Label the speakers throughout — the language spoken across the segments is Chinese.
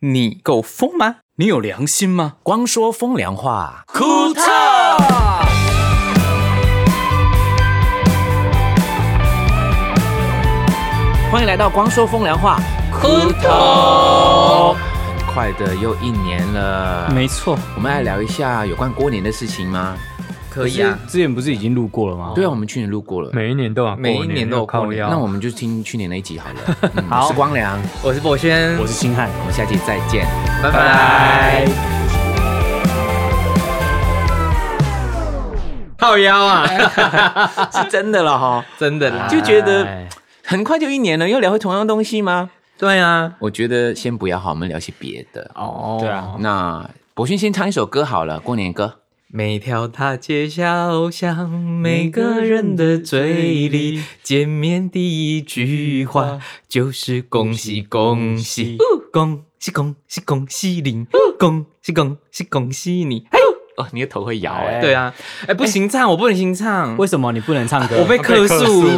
Speaker 1: 你够疯吗？你有良心吗？
Speaker 2: 光说风凉话，
Speaker 1: 库特。
Speaker 2: 欢迎来到光说风凉话，
Speaker 1: 库
Speaker 2: 特。很快的又一年了，
Speaker 3: 没错，
Speaker 2: 我们来聊一下有关过年的事情吗？
Speaker 1: 可以啊，
Speaker 3: 之前不是已经录过了吗？
Speaker 2: 对啊，我们去年录过了，
Speaker 3: 每一年都有，啊
Speaker 1: 每一年都有
Speaker 3: 靠
Speaker 1: 过年
Speaker 3: 腰。
Speaker 2: 那我们就听去年那一集好 了。嗯
Speaker 3: 好
Speaker 2: 我是光良，
Speaker 1: 我是博轩，
Speaker 3: 我是星汉，
Speaker 2: 我们下期再 见。
Speaker 1: 拜拜。靠腰啊，
Speaker 2: 是真的了哈，
Speaker 1: 真的啦，
Speaker 2: 就觉得很快就一年了，又聊回同样东西吗？
Speaker 1: 对啊，
Speaker 2: 我觉得先不要好，我们聊些别的。
Speaker 1: 哦，
Speaker 3: 对啊，
Speaker 2: 那博勋先唱一首歌好了，过年歌。
Speaker 1: 每条大街小巷，每个人的嘴里，嗯见面第一句话就是恭喜恭喜，恭喜嗯恭喜恭喜你，恭喜恭喜恭喜你。嘿
Speaker 2: 哦，你的头会摇
Speaker 3: 哎
Speaker 1: 对啊，哎，不行唱，我不能行唱，
Speaker 3: 为什么你不能唱歌？
Speaker 1: 我被客诉，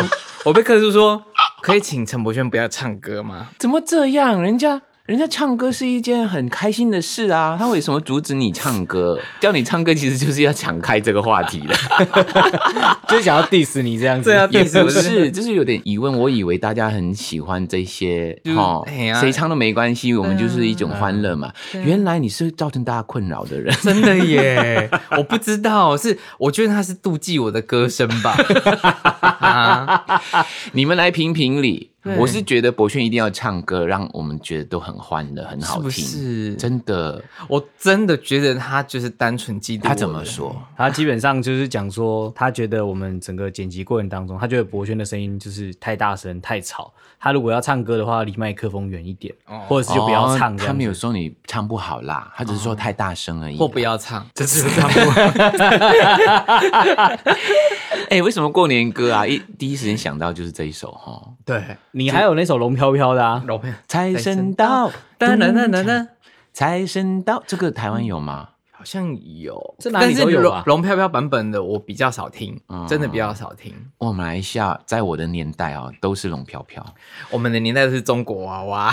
Speaker 1: 我被客诉说，可以请陈柏轩不要唱歌吗？
Speaker 2: 怎么这样？人家人家唱歌是一件很开心的事啊，他为什么阻止你唱歌？ 叫你唱歌其实就是要抢开这个话题 的，
Speaker 3: 就是想要 diss 你这样子。
Speaker 1: 对啊
Speaker 2: 也
Speaker 1: diss
Speaker 2: 哎不 是，就是有点疑问。我以为大家很喜欢这些
Speaker 1: 就是
Speaker 2: 哈
Speaker 1: 哎，呀
Speaker 2: 谁唱都没关系，我们就是一种欢乐嘛。原来你是造成大家困扰的人，
Speaker 1: 真的耶， 我不知道，是我觉得他是妒忌我的歌声 吧。啊，
Speaker 2: 你们来评评理。
Speaker 1: 对
Speaker 2: 我是觉得博轩一定要唱歌，让我们觉得都很欢乐，很
Speaker 1: 是
Speaker 2: 好
Speaker 1: 不
Speaker 2: 听。
Speaker 1: 是？
Speaker 2: 真的，
Speaker 1: 我真的觉得他就是单纯嫉妒。
Speaker 2: 他怎么？说？
Speaker 3: 他基本上就是讲说，他觉得我们整个剪辑过程当中，他觉得博轩的声音就是太大声、太吵。他如果要唱歌的话，离麦克风远一点，或者是就不要唱
Speaker 2: 哦
Speaker 3: 这
Speaker 2: 他
Speaker 3: 样
Speaker 2: 没有
Speaker 3: 子。
Speaker 2: 说你唱不好啦，他只是说太大声而已啦。
Speaker 1: 或不要唱，这是他 不。
Speaker 2: 哎、为什么过年歌啊？一第一时间想到就是这一首哈。
Speaker 1: 对，
Speaker 3: 你还有那首龙飘飘的啊，
Speaker 1: 老朋友，
Speaker 2: 财神
Speaker 1: 神
Speaker 2: 到
Speaker 1: 到，
Speaker 2: 噔
Speaker 1: 噔噔噔
Speaker 2: 噔噔噔
Speaker 1: 噔
Speaker 2: 噔
Speaker 1: 噔，
Speaker 2: 财神到，这个台湾有吗？
Speaker 1: 好像有，啊
Speaker 3: 这哪
Speaker 1: 但
Speaker 3: 里
Speaker 1: 是
Speaker 3: 都有
Speaker 1: 龙
Speaker 3: 吧
Speaker 1: 龙飘飘版本的我比较少听
Speaker 2: 嗯，
Speaker 1: 真的比较少听。
Speaker 2: 我们来一下，在我的年代哦，都是龙飘飘，
Speaker 1: 我们的年代是中国娃娃，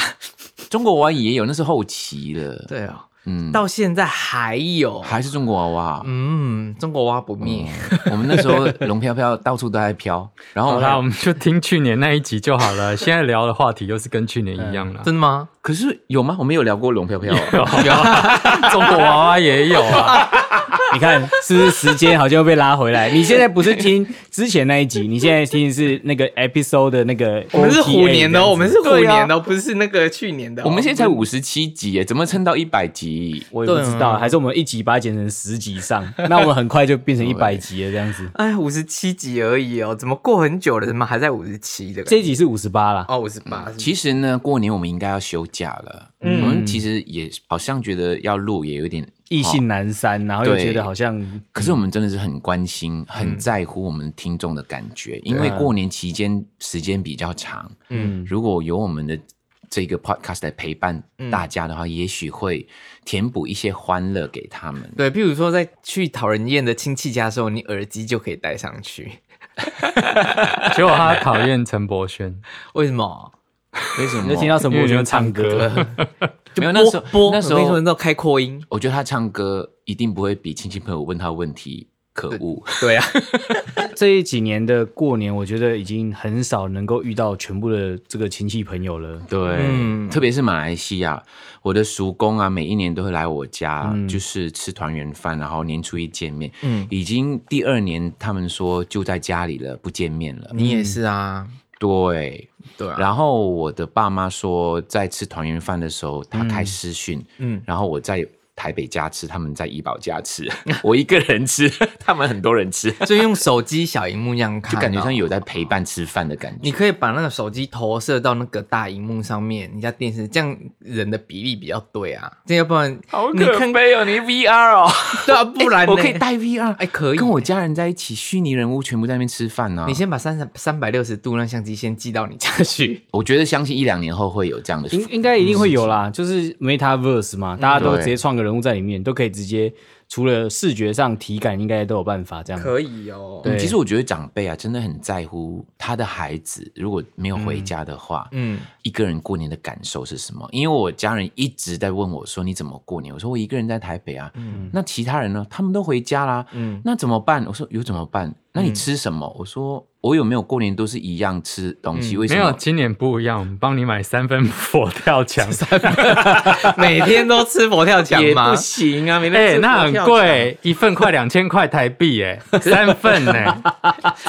Speaker 2: 中国娃娃也有，那是后期了。
Speaker 1: 对哦，
Speaker 2: 嗯，
Speaker 1: 到现在还嗯有，
Speaker 2: 还是中国娃娃。嗯
Speaker 1: 嗯，中国娃娃不灭。
Speaker 2: 我们那时候龙飘飘到处都在飘，然后
Speaker 4: 好啦，我
Speaker 2: 还
Speaker 4: 们就听去年那一集就好了。现在聊的话题又是跟去年一样了。
Speaker 1: 真的吗？
Speaker 2: 可是有吗？我们有聊过龙飘 飘、哦，
Speaker 4: 中国娃娃也有啊，
Speaker 3: 你看是不是时间好像又被拉回来？你现在不是听之前那一集，你现在听的是那个 episode 的那个 OTA 这样子。
Speaker 1: 我们是虎年的哦，我们是虎
Speaker 2: 对啊
Speaker 1: 年的哦，不是那个去年的哦。
Speaker 2: 我们现在才五十七集耶，怎么撑到一百集？
Speaker 3: 我也不知道，
Speaker 1: 对啊
Speaker 3: 还是我们一集把它剪成十集上，那我们很快就变成一百集了这样子。
Speaker 1: 哎，五十七集而已哦，怎么过很久了，怎么还在五十七的感觉？
Speaker 3: 这一集是五十八啦，
Speaker 1: 哦，五十八，
Speaker 2: 其实呢，过年我们应该要休假了。嗯，我们其实也好像觉得要录也有点
Speaker 3: 意
Speaker 2: 哦
Speaker 3: 兴阑珊，然后又觉得好像
Speaker 2: 可是我们真的是很关心、很在乎我们听众的感觉，因为过年期间时间比较长，
Speaker 1: 嗯
Speaker 2: 如果有我们的这个 podcast 来陪伴大家的话，也许会填补一些欢乐给他们。
Speaker 1: 对，譬如说在去讨人厌的亲戚家的时候，你耳机就可以戴上去，
Speaker 4: 结果他讨厌陈柏轩，
Speaker 1: 为什 么？
Speaker 2: 为什么？
Speaker 3: 你就听到什么
Speaker 4: 因为
Speaker 3: 我
Speaker 4: 你
Speaker 3: 就
Speaker 4: 们
Speaker 3: 唱歌，
Speaker 2: 哦 没有
Speaker 1: 播
Speaker 2: 那时候
Speaker 1: 播，
Speaker 2: 那时
Speaker 1: 我跟你说
Speaker 2: 候
Speaker 1: 那时候开扩音，
Speaker 2: 我觉得他唱歌一定不会比亲戚朋友问他问题可恶。
Speaker 1: 对啊，
Speaker 3: 这几年的过年，我觉得已经很少能够遇到全部的这个亲戚朋友了。
Speaker 2: 对，
Speaker 1: 嗯
Speaker 2: 特别是马来西亚，我的叔公啊，每一年都会来我家，
Speaker 3: 嗯
Speaker 2: 就是吃团圆饭，然后年初一见面。
Speaker 1: 嗯，
Speaker 2: 已经第二年，他们说就在家里了，不见面了。
Speaker 1: 你也是啊，
Speaker 2: 对，
Speaker 1: 对啊，
Speaker 2: 然后我的爸妈说，在吃团圆饭的时候，他开私讯，
Speaker 1: 嗯，
Speaker 2: 然后我在台北家吃，他们在怡保家吃， 我一个人吃， 他们很多人 吃，
Speaker 1: 就用手机小荧幕这样看，啊
Speaker 2: 就感觉像。有在陪伴吃饭的感
Speaker 1: 你
Speaker 2: 觉。
Speaker 1: 可以把那个手机投射到那个大荧幕上面，你家电视这样人的比例比较对啊，这要不然你看
Speaker 2: 悲哦，你 VR 哦，
Speaker 1: 对啊，不 然呢
Speaker 2: 我可以带 VR，
Speaker 1: 哎可以
Speaker 2: 跟我家人在一起，虚拟人物全部在那边吃饭呢、啊
Speaker 1: 你先把三三三百六十度那相机先寄到你家去，
Speaker 2: 我觉得相信一两年后会有这样的。嗯
Speaker 3: 应应该一定会有啦，就是 MetaVerse 嘛，大家都
Speaker 2: 对
Speaker 3: 直接创个人物在里面，都可以直接除了视觉上、体感应该都有办法这样。
Speaker 1: 可以哦。
Speaker 3: 对
Speaker 2: 嗯其实我觉得长辈啊，真的很在乎他的孩子如果没有回家的话，
Speaker 1: 嗯，
Speaker 2: 一个人过年的感受是什么？因为我家人一直在问我说你怎么过年，我说我一个人在台北啊，那其他人呢？他们都回家啦，
Speaker 1: 嗯
Speaker 2: 那怎么办？我说有怎么办？那你吃什么？我说我有没有过年都是一样吃东西？为什
Speaker 4: 没有，
Speaker 2: 么？
Speaker 4: 今年不一样，我们帮你买三分佛跳墙。
Speaker 1: 每天都吃佛跳墙
Speaker 2: 也
Speaker 1: 吗
Speaker 2: 不？行啊，没
Speaker 4: 哎、
Speaker 2: 得吃
Speaker 4: 那很
Speaker 2: 佛跳墙。
Speaker 4: 贵，一份快两千块台币，哎，三份呢，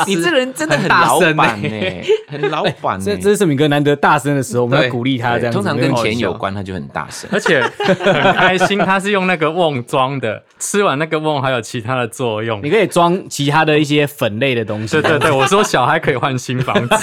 Speaker 2: 你这人真的很
Speaker 1: 很大
Speaker 2: 老
Speaker 1: 声
Speaker 2: 板 呢、
Speaker 1: 欸
Speaker 2: 很老板、欸。
Speaker 3: 这这是敏哥难得大声的时候，我们要鼓励他这样子。
Speaker 2: 通常
Speaker 3: 没
Speaker 2: 跟
Speaker 3: 有
Speaker 2: 钱有关，他就很大声。
Speaker 4: 而且很开心，它是用那个瓮装的，吃完那个瓮还有其他的作用
Speaker 3: 你。可以装其他的一些粉类的东西。
Speaker 4: 对对对，我说小孩可以换新房子，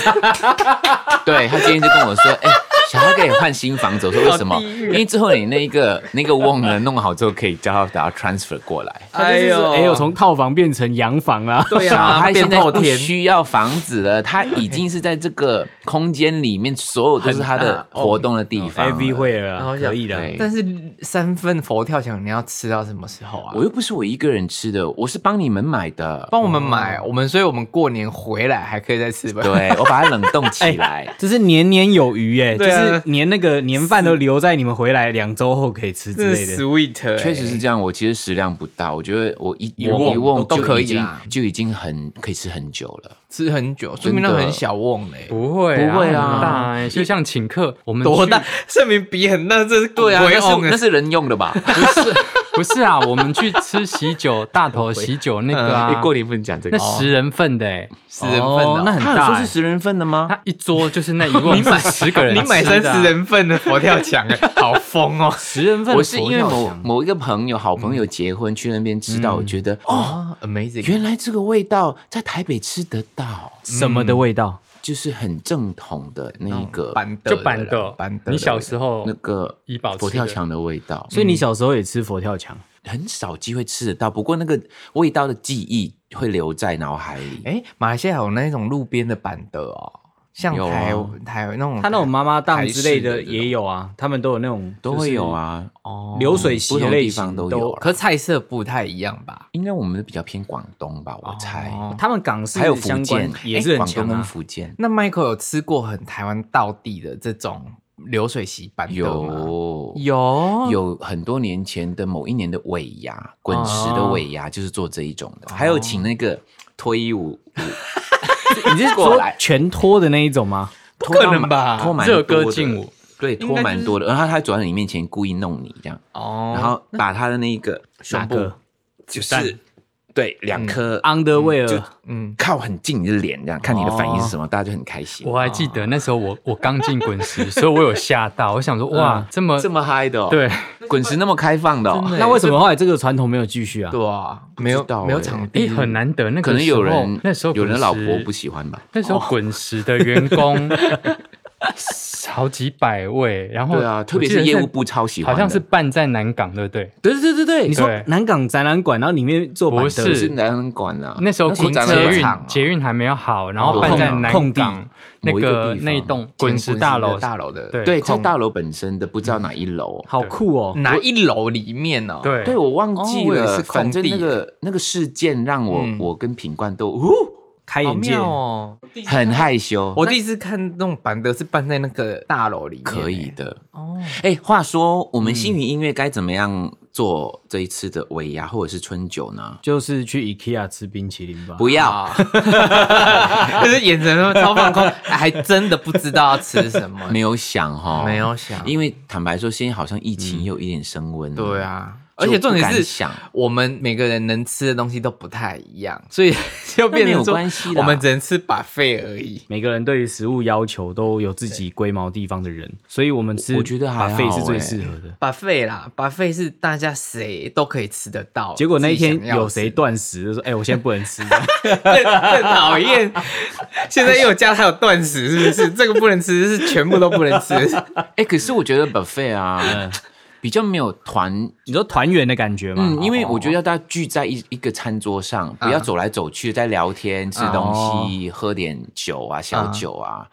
Speaker 2: 对他今天就跟我说， 哎、小孩可以换新房子，我说为什么？因为之后你那一个那个瓮呢弄好之后，可以叫他把它 transfer 过来。
Speaker 3: 哎呦，哎呦，从套房变成洋房啦。
Speaker 1: 对
Speaker 2: 小
Speaker 1: 啊，
Speaker 2: 孩
Speaker 1: 变
Speaker 2: 现在
Speaker 1: 透
Speaker 2: 不
Speaker 1: 天，
Speaker 2: 需要房子了，他已经是在这个空间里面，所有都是 他的
Speaker 1: 哦
Speaker 2: 活动的地方
Speaker 3: ，A
Speaker 2: 了。
Speaker 3: V 会了
Speaker 1: 然后
Speaker 3: 啊，
Speaker 1: 想
Speaker 3: 可以的
Speaker 2: 对。
Speaker 1: 但是三份佛跳墙你要吃到什么时候啊？
Speaker 2: 我又不是我一个人吃的，我是帮你们买的。
Speaker 1: 帮我们买，我们所以我们过年回来还可以再吃吧。
Speaker 2: 哦对，啊我把它冷冻起
Speaker 1: 哎
Speaker 2: 来。
Speaker 3: 这是年年有余哎，就
Speaker 1: 对啊
Speaker 3: 是连那个年饭都留在你们回来两周后可以吃之
Speaker 1: 这
Speaker 3: 类
Speaker 1: 是
Speaker 3: 的。
Speaker 1: sweet，欸
Speaker 2: 确实是这样，我其实食量不大，我觉得我 一
Speaker 1: 瓮
Speaker 2: 我一瓮
Speaker 1: 都
Speaker 2: 就
Speaker 1: 可以
Speaker 2: 已经
Speaker 1: 啦
Speaker 2: 就已经很可以吃很久了。
Speaker 1: 吃很久，说明那
Speaker 2: 真的
Speaker 1: 很小瓮嘞。
Speaker 4: 不会
Speaker 2: 不会啊
Speaker 4: 啊，很大哎就像请客，我们
Speaker 1: 欸多
Speaker 4: 去
Speaker 1: 大？盛明鼻很大，这是
Speaker 2: 对啊，
Speaker 1: 鬼
Speaker 2: 那
Speaker 1: 瓮
Speaker 2: 是那是人用 的吧？
Speaker 4: 不是不是啊，我们去吃喜酒大头喜酒那个啊，
Speaker 2: 哎年不能讲这
Speaker 4: 那十人份的哎，
Speaker 1: 十人份啊
Speaker 3: 哦
Speaker 1: 的，
Speaker 3: 那很
Speaker 2: 啊他有
Speaker 3: 大
Speaker 2: 说
Speaker 3: 哎
Speaker 2: 是。十人份的吗？
Speaker 4: 他一桌就是那一瓮是十个人吃
Speaker 1: 你
Speaker 4: 的啊，
Speaker 1: 买三十人份的佛跳墙， 哎，好疯哦！
Speaker 3: 十人份的
Speaker 2: 我是因为
Speaker 3: 佛跳
Speaker 2: 某
Speaker 3: 墙
Speaker 2: 某一个朋友，好
Speaker 3: 嗯
Speaker 2: 朋友结婚、去那边吃到，我觉得哦，
Speaker 1: 哦，amazing，
Speaker 2: 原来这个味道在台北吃得到，
Speaker 3: 什么的味道？
Speaker 2: 就是很正统的那一
Speaker 3: 哦
Speaker 2: 个
Speaker 1: 板的
Speaker 4: 就板的
Speaker 1: 板的，
Speaker 4: 你小时候
Speaker 2: 那个
Speaker 4: 怡宝吃的
Speaker 2: 佛跳墙的味道，嗯
Speaker 3: 所以你小时候也吃佛跳墙？
Speaker 2: 很少机会吃得到。不过那个味道的记忆会留在脑海里。
Speaker 1: 哎，马来西亚有那种路边的板的哦，像
Speaker 2: 有啊
Speaker 1: 台台那种，
Speaker 3: 他那种妈妈档之类
Speaker 1: 台
Speaker 3: 的
Speaker 1: 式的
Speaker 3: 也有啊，他们都有那种
Speaker 2: 都会有，啊，
Speaker 1: 哦
Speaker 3: 就是流水席的类型
Speaker 2: 不同地方都有啊
Speaker 1: 可菜色不太一样吧？
Speaker 2: 应该我们比较偏广东吧，我猜。
Speaker 1: 哦
Speaker 3: 嗯他们港式
Speaker 2: 还有福
Speaker 3: 相
Speaker 2: 建
Speaker 3: 关也是
Speaker 2: 哎
Speaker 3: 很
Speaker 2: 广
Speaker 3: 强
Speaker 2: 东跟
Speaker 3: 啊。
Speaker 2: 福建
Speaker 1: 那 Michael 有吃过很台湾道地的这种流水席板的吗？
Speaker 2: 有
Speaker 1: 有
Speaker 2: 有很多年前的某一年的尾牙，滚石的尾牙就是做这一种的，还有请那个脱衣舞，
Speaker 3: 你是
Speaker 2: 过
Speaker 3: 说
Speaker 2: 来
Speaker 3: 全脱的那一种吗？
Speaker 2: 不
Speaker 1: 可能吧
Speaker 2: 脱蛮多
Speaker 4: 热
Speaker 2: 的
Speaker 4: 歌劲舞，，
Speaker 2: 对，
Speaker 1: 该
Speaker 2: 脱蛮多的，然后他走在你面前故意弄你这样，
Speaker 1: 哦，
Speaker 2: 然后把他的那个
Speaker 3: 哪
Speaker 2: 胸部
Speaker 3: 个
Speaker 2: 就是对两颗
Speaker 3: ？Underwear
Speaker 1: 嗯，
Speaker 2: 靠很近你的脸这样，看你的反应是什么，大家就很开心。
Speaker 4: 我还记
Speaker 2: 啊
Speaker 4: 得那时候我我刚进滚石，所以我有吓到，我想说哇这么
Speaker 2: 嗯这么嗨的，哦
Speaker 4: 对，
Speaker 2: 滚石那么开放的哦，
Speaker 1: 真的
Speaker 3: 那为什么后来这个传统没有继续啊？
Speaker 1: 对啊，没有
Speaker 2: 不知道
Speaker 1: 没有
Speaker 2: 欸
Speaker 1: 场
Speaker 4: 哎
Speaker 1: 地，
Speaker 4: 很难得那个
Speaker 2: 可能有
Speaker 4: 时候
Speaker 2: 人
Speaker 4: 那时候
Speaker 2: 有人
Speaker 4: 滚
Speaker 2: 老
Speaker 4: 石
Speaker 2: 婆不喜欢哦吧？
Speaker 4: 那时候滚石的员 工好几百位，然后
Speaker 2: 对啊，特别
Speaker 4: 我
Speaker 2: 是
Speaker 4: 记得
Speaker 2: 业务部超喜欢
Speaker 4: 好
Speaker 2: 的，
Speaker 4: 像是办在南港，对不对？
Speaker 3: 对对对对对，你说
Speaker 4: 对
Speaker 3: 南港展览馆，然后里面做板
Speaker 4: 不
Speaker 3: 凳
Speaker 4: 是
Speaker 2: 是南洋馆啊，
Speaker 4: 那时候
Speaker 2: 停
Speaker 4: 捷
Speaker 2: 车
Speaker 4: 捷运
Speaker 2: 场啊
Speaker 4: 捷运还没有好，然后
Speaker 2: 哦
Speaker 4: 办在
Speaker 3: 空
Speaker 4: 南
Speaker 3: 空地
Speaker 4: 港那
Speaker 2: 某一个
Speaker 4: 个
Speaker 2: 地方
Speaker 4: 那一栋
Speaker 1: 前
Speaker 4: 滚石大楼
Speaker 1: 的大楼的
Speaker 4: 对
Speaker 2: 对，在
Speaker 1: 空
Speaker 2: 大楼本身的不知道哪一楼。
Speaker 3: 好酷哦！
Speaker 1: 哪一楼里面呢？，
Speaker 4: 对
Speaker 2: 对，我忘记
Speaker 1: 哦我以为
Speaker 2: 了，
Speaker 1: 是
Speaker 2: 反正
Speaker 1: 空地
Speaker 2: 那个那个事件让我
Speaker 1: 嗯
Speaker 2: 我跟品冠都呜
Speaker 3: 开
Speaker 1: 好
Speaker 3: 眼界
Speaker 1: 妙，哦！
Speaker 2: 很害羞。
Speaker 1: 我第一次看那种板的是办在那个大楼里面，
Speaker 2: 可以的。
Speaker 1: 哦，
Speaker 2: 哎，话说我们星云音乐该怎么样做这一次的尾牙或者是春酒呢？
Speaker 3: 就是去 IKEA 吃冰淇淋吧。
Speaker 2: 不要，
Speaker 1: 啊就是眼神都超放空，还真的不知道要吃什 么，
Speaker 2: 没有想嗯哈，
Speaker 1: 没有想，
Speaker 2: 因为坦白说，现在好像疫情又有一点升温。
Speaker 1: 对，啊，
Speaker 2: 就
Speaker 1: 而且重点
Speaker 2: 不敢
Speaker 1: 是
Speaker 2: 想。
Speaker 1: 我们每个人能吃的东西都不太一样， 所以就
Speaker 2: 那没
Speaker 1: 变
Speaker 2: 有
Speaker 1: 成说
Speaker 2: 关系啦
Speaker 1: 我们只能吃把费而已。
Speaker 3: 每个人对于食物要求都有自己龟毛地方的人，所以我们吃
Speaker 2: 我觉得还好
Speaker 3: 费是最
Speaker 2: 欸
Speaker 3: 适合的。
Speaker 1: 把费啦，把费是大家谁都可以吃得到。
Speaker 3: 结果那一
Speaker 1: 自
Speaker 3: 天
Speaker 1: 己想要
Speaker 3: 有谁 断食，就说：“哎、我现在不能吃。
Speaker 1: 更更讨厌？现在又加他有断食， 是不是？这个不能吃，是全部都不能吃。
Speaker 2: 哎，可是我觉得 buffet 啊，比较没有团。
Speaker 3: 你说团圆的感觉嘛？
Speaker 2: 嗯，因
Speaker 1: 哦
Speaker 2: 为我觉得
Speaker 3: 得
Speaker 2: 要大家聚在一一个餐桌上，
Speaker 1: 嗯
Speaker 2: 不要走来走去，在聊天、吃东
Speaker 1: 哦
Speaker 2: 西、喝点酒啊、小酒啊，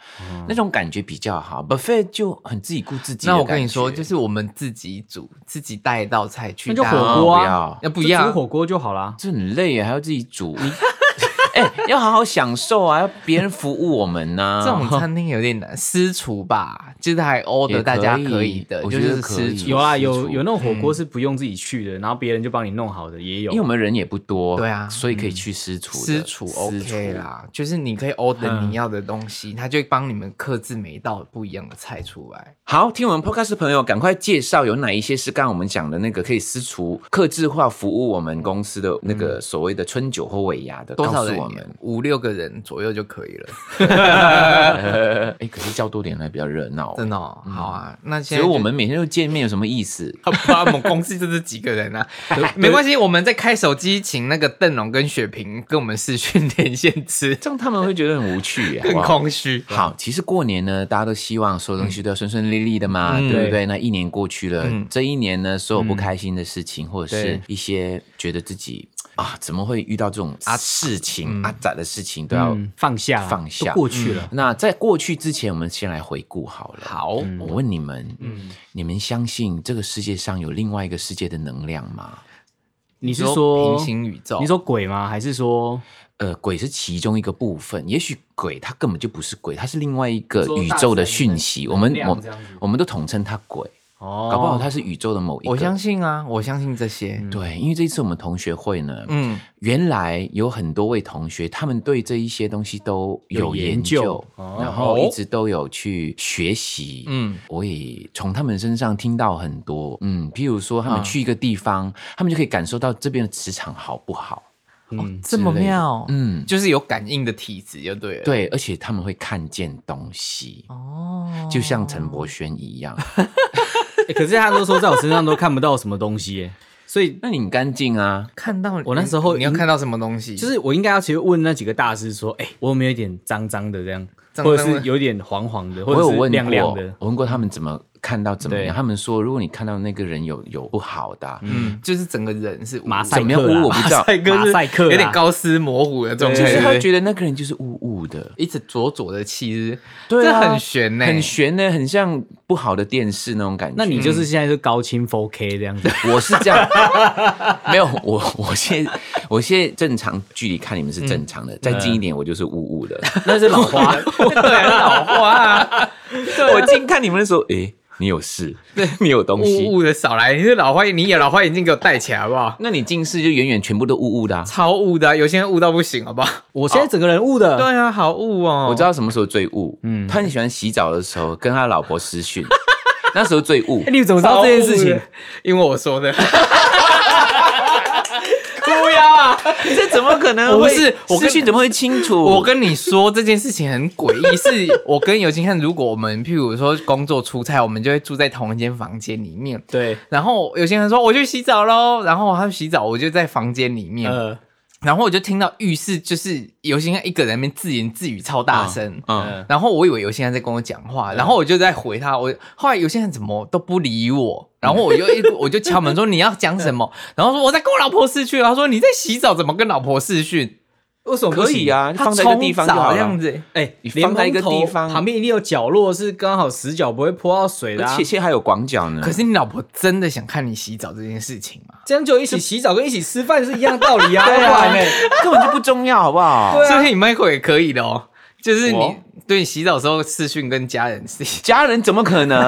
Speaker 2: 那种感觉比较好。buffet 就很自己顾自己的
Speaker 1: 嗯那
Speaker 2: 感觉。
Speaker 1: 我跟你说，就是我们自己煮，自己带一道菜去，
Speaker 3: 那就
Speaker 1: 大家
Speaker 3: 火锅
Speaker 2: 不
Speaker 3: 啊
Speaker 2: 要，
Speaker 1: 那不一
Speaker 3: 就
Speaker 1: 样
Speaker 3: 煮火锅就好啦。
Speaker 2: 这很累耶，还要自己 煮。 哎、要好好享受啊，要别人服务我们呢、
Speaker 1: 这种餐厅有点难，私厨吧，就是还 order
Speaker 2: 啊也
Speaker 1: 大家
Speaker 2: 可以
Speaker 1: 可以的，
Speaker 2: 我
Speaker 1: 就
Speaker 2: 觉得
Speaker 1: 是
Speaker 2: 可
Speaker 1: 私
Speaker 2: 以
Speaker 1: 厨
Speaker 3: 有。啦，
Speaker 2: 私
Speaker 3: 有
Speaker 2: 厨
Speaker 3: 有那种火锅是不用自己去的，然后别人就帮你弄好的也有
Speaker 2: 因为。我们人也不多，
Speaker 1: 对啊
Speaker 2: 所以可以去私厨的。
Speaker 1: 私厨 OK 啦，就是你可以 order 你要的东西，他就会帮你们克制每一道不一样的菜出来。
Speaker 2: 好，听我们 podcast 的朋友，赶快介绍有哪一些是刚刚我们讲的那个可以私厨客制化服务我们公司的那个所谓的春酒或尾牙的，
Speaker 1: 嗯多少
Speaker 2: 告
Speaker 1: 人
Speaker 2: 诉我
Speaker 1: 呀
Speaker 2: 们。？
Speaker 1: 五六个人左右就可以了，
Speaker 2: 哎、可是叫多点还比较热闹，
Speaker 1: 真的哦。好啊，那
Speaker 2: 只
Speaker 1: 现在
Speaker 2: 有
Speaker 1: 就
Speaker 2: 我们每天都见面有什么意思？
Speaker 1: 好吧，我们公司就是几个人啊，没关系，我们在开手机，请那个邓荣跟雪萍跟我们视讯连线吃，
Speaker 2: 这样他们会觉得很无 趣呀、
Speaker 1: 更
Speaker 2: 好不好
Speaker 1: 空虚。
Speaker 2: 好，其实过年呢，大家都希望所有东西都要顺顺利利的嘛，
Speaker 1: 嗯
Speaker 2: 对不
Speaker 3: 对
Speaker 2: 对？那一年过去了，
Speaker 1: 嗯
Speaker 2: 这一年呢，所有不开心的事情，或者是
Speaker 3: 对
Speaker 2: 一些觉得自己啊，怎么会遇到这种事情
Speaker 1: 嗯
Speaker 2: 啊咋的事情，都要
Speaker 3: 嗯放下啦，
Speaker 2: 放下嗯
Speaker 3: 都过去了。
Speaker 2: 那在过去之前，我们先来回顾好了。好，我问你们，
Speaker 3: 嗯
Speaker 2: 你们相信这个世界上有另外一个世界的能量吗？
Speaker 3: 你是
Speaker 1: 你
Speaker 3: 说
Speaker 1: 平行宇宙？
Speaker 3: 你说鬼吗？还是说
Speaker 2: 呃，鬼是其中一个部分，也许鬼它根本就不是鬼，它是另外一个
Speaker 3: 说
Speaker 2: 宇
Speaker 3: 大
Speaker 2: 宙的
Speaker 3: 自然
Speaker 2: 讯
Speaker 3: 能
Speaker 2: 息。
Speaker 3: 能
Speaker 2: 我们
Speaker 3: 量
Speaker 2: 我
Speaker 3: 这样子
Speaker 2: 我们都统称它鬼，
Speaker 3: 哦，
Speaker 2: 搞不好它是宇宙的某一个。嗯
Speaker 1: 我相信啊，我相信这些。
Speaker 2: 对，因为这一次我们同学会呢，
Speaker 1: 嗯，
Speaker 2: 原来有很多位同学，他们对这一些东西都有
Speaker 3: 有研
Speaker 2: 研究，
Speaker 3: 究哦
Speaker 2: 然后一直都有去学习。
Speaker 1: 嗯
Speaker 2: 嗯，我也从他们身上听到很多，嗯，譬如说他们去一个地方，他们就可以感受到这边的磁场好不好。哦
Speaker 3: 嗯
Speaker 1: 这么妙，
Speaker 2: 嗯，
Speaker 1: 就是有感应的体质就对了。，
Speaker 2: 对，而且他们会看见东西，
Speaker 1: 哦，
Speaker 2: 就像陈柏轩一样。
Speaker 3: 欸可是他都说在我身上都看不到什么东西耶， 所以
Speaker 2: 那你很干净啊，
Speaker 1: 看到
Speaker 3: 我那时候
Speaker 1: 你要
Speaker 3: 应
Speaker 1: 看到什么东西？
Speaker 3: 就是我应该要去问那几个大师说，哎、我有没有一点脏脏的这样，
Speaker 1: 脏脏的
Speaker 3: 或者是有点黄黄的，或
Speaker 2: 我有
Speaker 3: 者是
Speaker 2: 问
Speaker 3: 亮亮
Speaker 2: 过
Speaker 3: 的，，
Speaker 2: 我问过他们怎么看到怎么
Speaker 3: 对
Speaker 2: 样，他们说如果你看到那个人有有不好的啊、
Speaker 1: 嗯，就是整个人是
Speaker 3: 马赛
Speaker 2: 怎么样
Speaker 3: 克
Speaker 2: 污
Speaker 3: 啦，
Speaker 2: 我不知道
Speaker 3: 马赛克马
Speaker 1: 是
Speaker 3: 赛克啦
Speaker 1: 有点，高斯模糊的这种
Speaker 3: 对
Speaker 2: 就
Speaker 1: 感
Speaker 2: 是他
Speaker 1: 觉，
Speaker 2: 觉得那个人就是雾雾的，
Speaker 1: 一直灼灼的气质，
Speaker 2: 对啊
Speaker 1: 这很悬呢，
Speaker 2: 很悬呢，很像不好的电视那种感觉。
Speaker 3: 那你就是现在是高清 4K 这样子，
Speaker 2: 我是这样， 没有我我现在我现在正常距离看你们是正常
Speaker 3: 嗯
Speaker 2: 的，再近一点我就是雾雾的。
Speaker 3: 那是 老花，
Speaker 1: 对啊，老花啊，
Speaker 2: 我近看你们的时候，诶，你有事， 你有东
Speaker 1: 雾
Speaker 2: 西。
Speaker 1: 雾的少来，你是老花眼，你也老花眼镜给我戴起来好不好？
Speaker 2: 那你近视就远远全部都雾雾的啊。
Speaker 1: 超雾的啊、有些人雾到不行，好不好？
Speaker 3: 我现在整个人雾 的，
Speaker 1: 对啊，好雾哦！
Speaker 2: 我知道什么时候最雾，
Speaker 3: 嗯
Speaker 2: 他很喜欢洗澡的时候跟他老婆私 讯，那时候最雾
Speaker 3: 欸。你怎么知道这件事
Speaker 1: 超雾
Speaker 3: 情
Speaker 1: 的？，因为我说 的。啊
Speaker 2: 这怎么可能
Speaker 1: 我
Speaker 2: 会？
Speaker 1: 不是我跟
Speaker 2: 私讯怎么会清楚？
Speaker 1: 我跟你说这件事情很诡 异，是我跟尤金汉，如果我们譬如说工作出差，我们就会住在同一间房间里面。
Speaker 3: 对，
Speaker 1: 然后有些人说哦我去洗澡喽，然后他去洗澡，我就在房间里
Speaker 2: 嗯
Speaker 1: 面，
Speaker 3: 呃，
Speaker 1: 然后我就听到浴室就是尤金汉一个人在那边自言自语超大声，
Speaker 2: 嗯，
Speaker 1: 然后我以为有些人在跟我讲话，然后我就在回他。我后来有些人怎么都不理我，
Speaker 2: 嗯
Speaker 1: 然后我就 一我就敲门说你要讲什么，然后说我在跟我老婆视讯。他说你在洗澡，怎么跟老婆视讯？
Speaker 3: 为什么不
Speaker 2: 可
Speaker 3: 行
Speaker 2: 以？啊，
Speaker 1: 他
Speaker 2: 放在一个地方就
Speaker 1: 冲澡
Speaker 2: 好
Speaker 1: 这样
Speaker 2: 了。
Speaker 1: 子。
Speaker 3: 哎、
Speaker 2: 你
Speaker 3: 连
Speaker 2: 放在一个
Speaker 3: 蓬头
Speaker 2: 地方
Speaker 3: 旁边一定有角落是刚好死角不会泼到水的、啊
Speaker 2: 而且，现在还有广角呢。
Speaker 1: 可是你老婆真的想看你洗澡这件事情吗？
Speaker 3: 这样就一起洗澡跟一起吃饭是一样道理啊， 对
Speaker 2: 啊根本就不重要，好不好？
Speaker 3: 对啊
Speaker 1: 所以你 Michael 也可以的哦，就是你
Speaker 2: 我
Speaker 1: 对你洗澡的时候视讯跟家人视讯，
Speaker 2: 家人怎么可 能？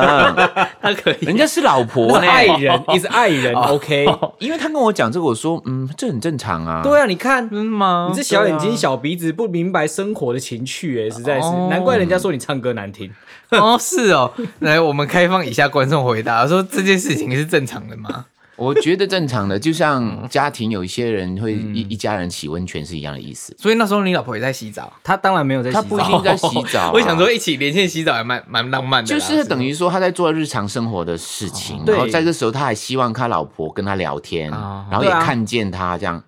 Speaker 1: 他可以。
Speaker 2: 人家是老婆呢，
Speaker 3: 爱人也是爱 人，OK。哦
Speaker 2: 因为他跟我讲这个，我说嗯，这很正常啊。
Speaker 3: 对啊，你看，
Speaker 1: 真的吗？
Speaker 3: 你这小眼睛、小鼻子，不明白生活的情趣，哎，实在是，难怪人家说你唱歌难听。
Speaker 1: 哦，是哦。来，我们开放以下观众回答，说这件事情是正常的吗？
Speaker 2: 我觉得正常的，就 像家庭有一些人会一一家人洗温泉是一样的意思。
Speaker 1: 所以那时候你老婆也在洗澡，
Speaker 3: 他当然没有在洗
Speaker 2: 他
Speaker 3: 澡，
Speaker 2: 不一定在洗 澡啊
Speaker 1: 我想说一起连线洗澡也蛮蛮浪漫的啦，
Speaker 2: 就是等于说他在做日常生活的事情，
Speaker 3: 对
Speaker 2: 然后在这时候他还希望他老婆跟他聊天，
Speaker 1: 哦
Speaker 2: 然后也
Speaker 3: 对啊
Speaker 2: 看见他这样，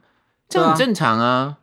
Speaker 2: 这
Speaker 3: 对
Speaker 2: 样
Speaker 3: 啊
Speaker 2: 很正常啊。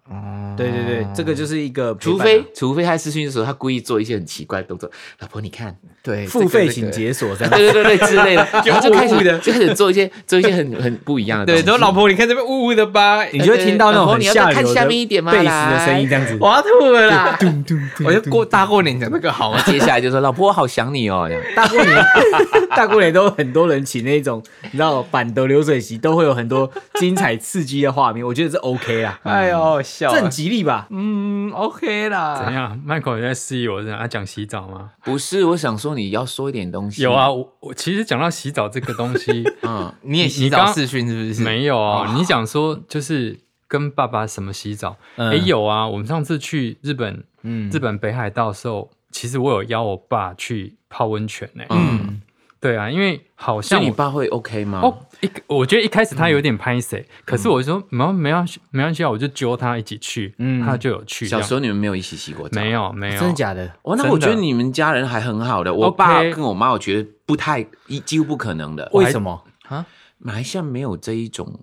Speaker 3: 对对对，这个就是一个陪
Speaker 2: 除
Speaker 3: 伴啊，
Speaker 2: 非除非他私讯的时候，他故意做一些很奇怪的动作，老婆你看，
Speaker 1: 对
Speaker 3: 付费请解锁这样。
Speaker 2: 对对对对之类的，然后 就开
Speaker 1: 有误
Speaker 2: 始
Speaker 1: 的
Speaker 2: 就开始做一些做一些很很不一样的东
Speaker 1: 对，
Speaker 2: 西。
Speaker 1: 然后老婆你看这边呜呜的吧，
Speaker 3: 你就会听到那
Speaker 2: 老
Speaker 3: 种
Speaker 2: 婆
Speaker 3: 很
Speaker 2: 你要不
Speaker 3: 下
Speaker 2: 要
Speaker 3: 流
Speaker 2: 看
Speaker 3: 的
Speaker 2: 下面一点嘛
Speaker 3: 贝斯
Speaker 2: 来
Speaker 3: 的声音，这样子。
Speaker 1: 我要吐了啦！
Speaker 3: 咚咚咚
Speaker 1: 我就过大过年讲这个好啊，
Speaker 2: 接下来就说老婆我好想你哦，这 样
Speaker 3: 大过年， 大过年都很多人请那种，你知道板的流水席，都会有很多精彩刺激的画面，我觉得这 OK 啦，
Speaker 1: 哎呦笑啊，
Speaker 3: 这很吉利吧？
Speaker 1: 嗯 OK
Speaker 4: 怎
Speaker 1: 啦，
Speaker 4: 样？Michael 在示意我这样，他讲洗澡吗？
Speaker 2: 不是，我想说你要说一点东西。
Speaker 4: 有啊，，我我其实讲到洗澡这个东 西
Speaker 2: 嗯，
Speaker 1: 你也洗
Speaker 4: 你
Speaker 1: 澡
Speaker 4: 刚
Speaker 1: 试训是不是？
Speaker 4: 没有啊，你讲说就是跟爸爸什么洗澡？
Speaker 3: 嗯
Speaker 4: 哎有啊，我们上次去日本，
Speaker 3: 嗯
Speaker 4: 日本北海道的时候，其实我有邀我爸去泡温泉呢。
Speaker 2: 嗯，
Speaker 4: 对啊，因为好
Speaker 2: 所
Speaker 4: 像
Speaker 2: 以你
Speaker 4: 我
Speaker 2: 爸嗯会 OK 吗？
Speaker 4: 哦，一我觉得一开始他有点拍谁，可是我就说没有没关系没关系啊，我就揪他一起去，
Speaker 3: 嗯
Speaker 4: 他就有去。
Speaker 2: 小时
Speaker 4: 候
Speaker 2: 候你们没有一起洗过澡？
Speaker 4: 没。有没有，
Speaker 3: 真的假的？
Speaker 2: 哦，那
Speaker 4: 真的
Speaker 2: 我觉得你们家人还很好的。我爸
Speaker 4: OK
Speaker 2: 跟我妈，我觉得不太，一几乎不可能的。
Speaker 3: 为什么？
Speaker 2: 马来西亚没有这一种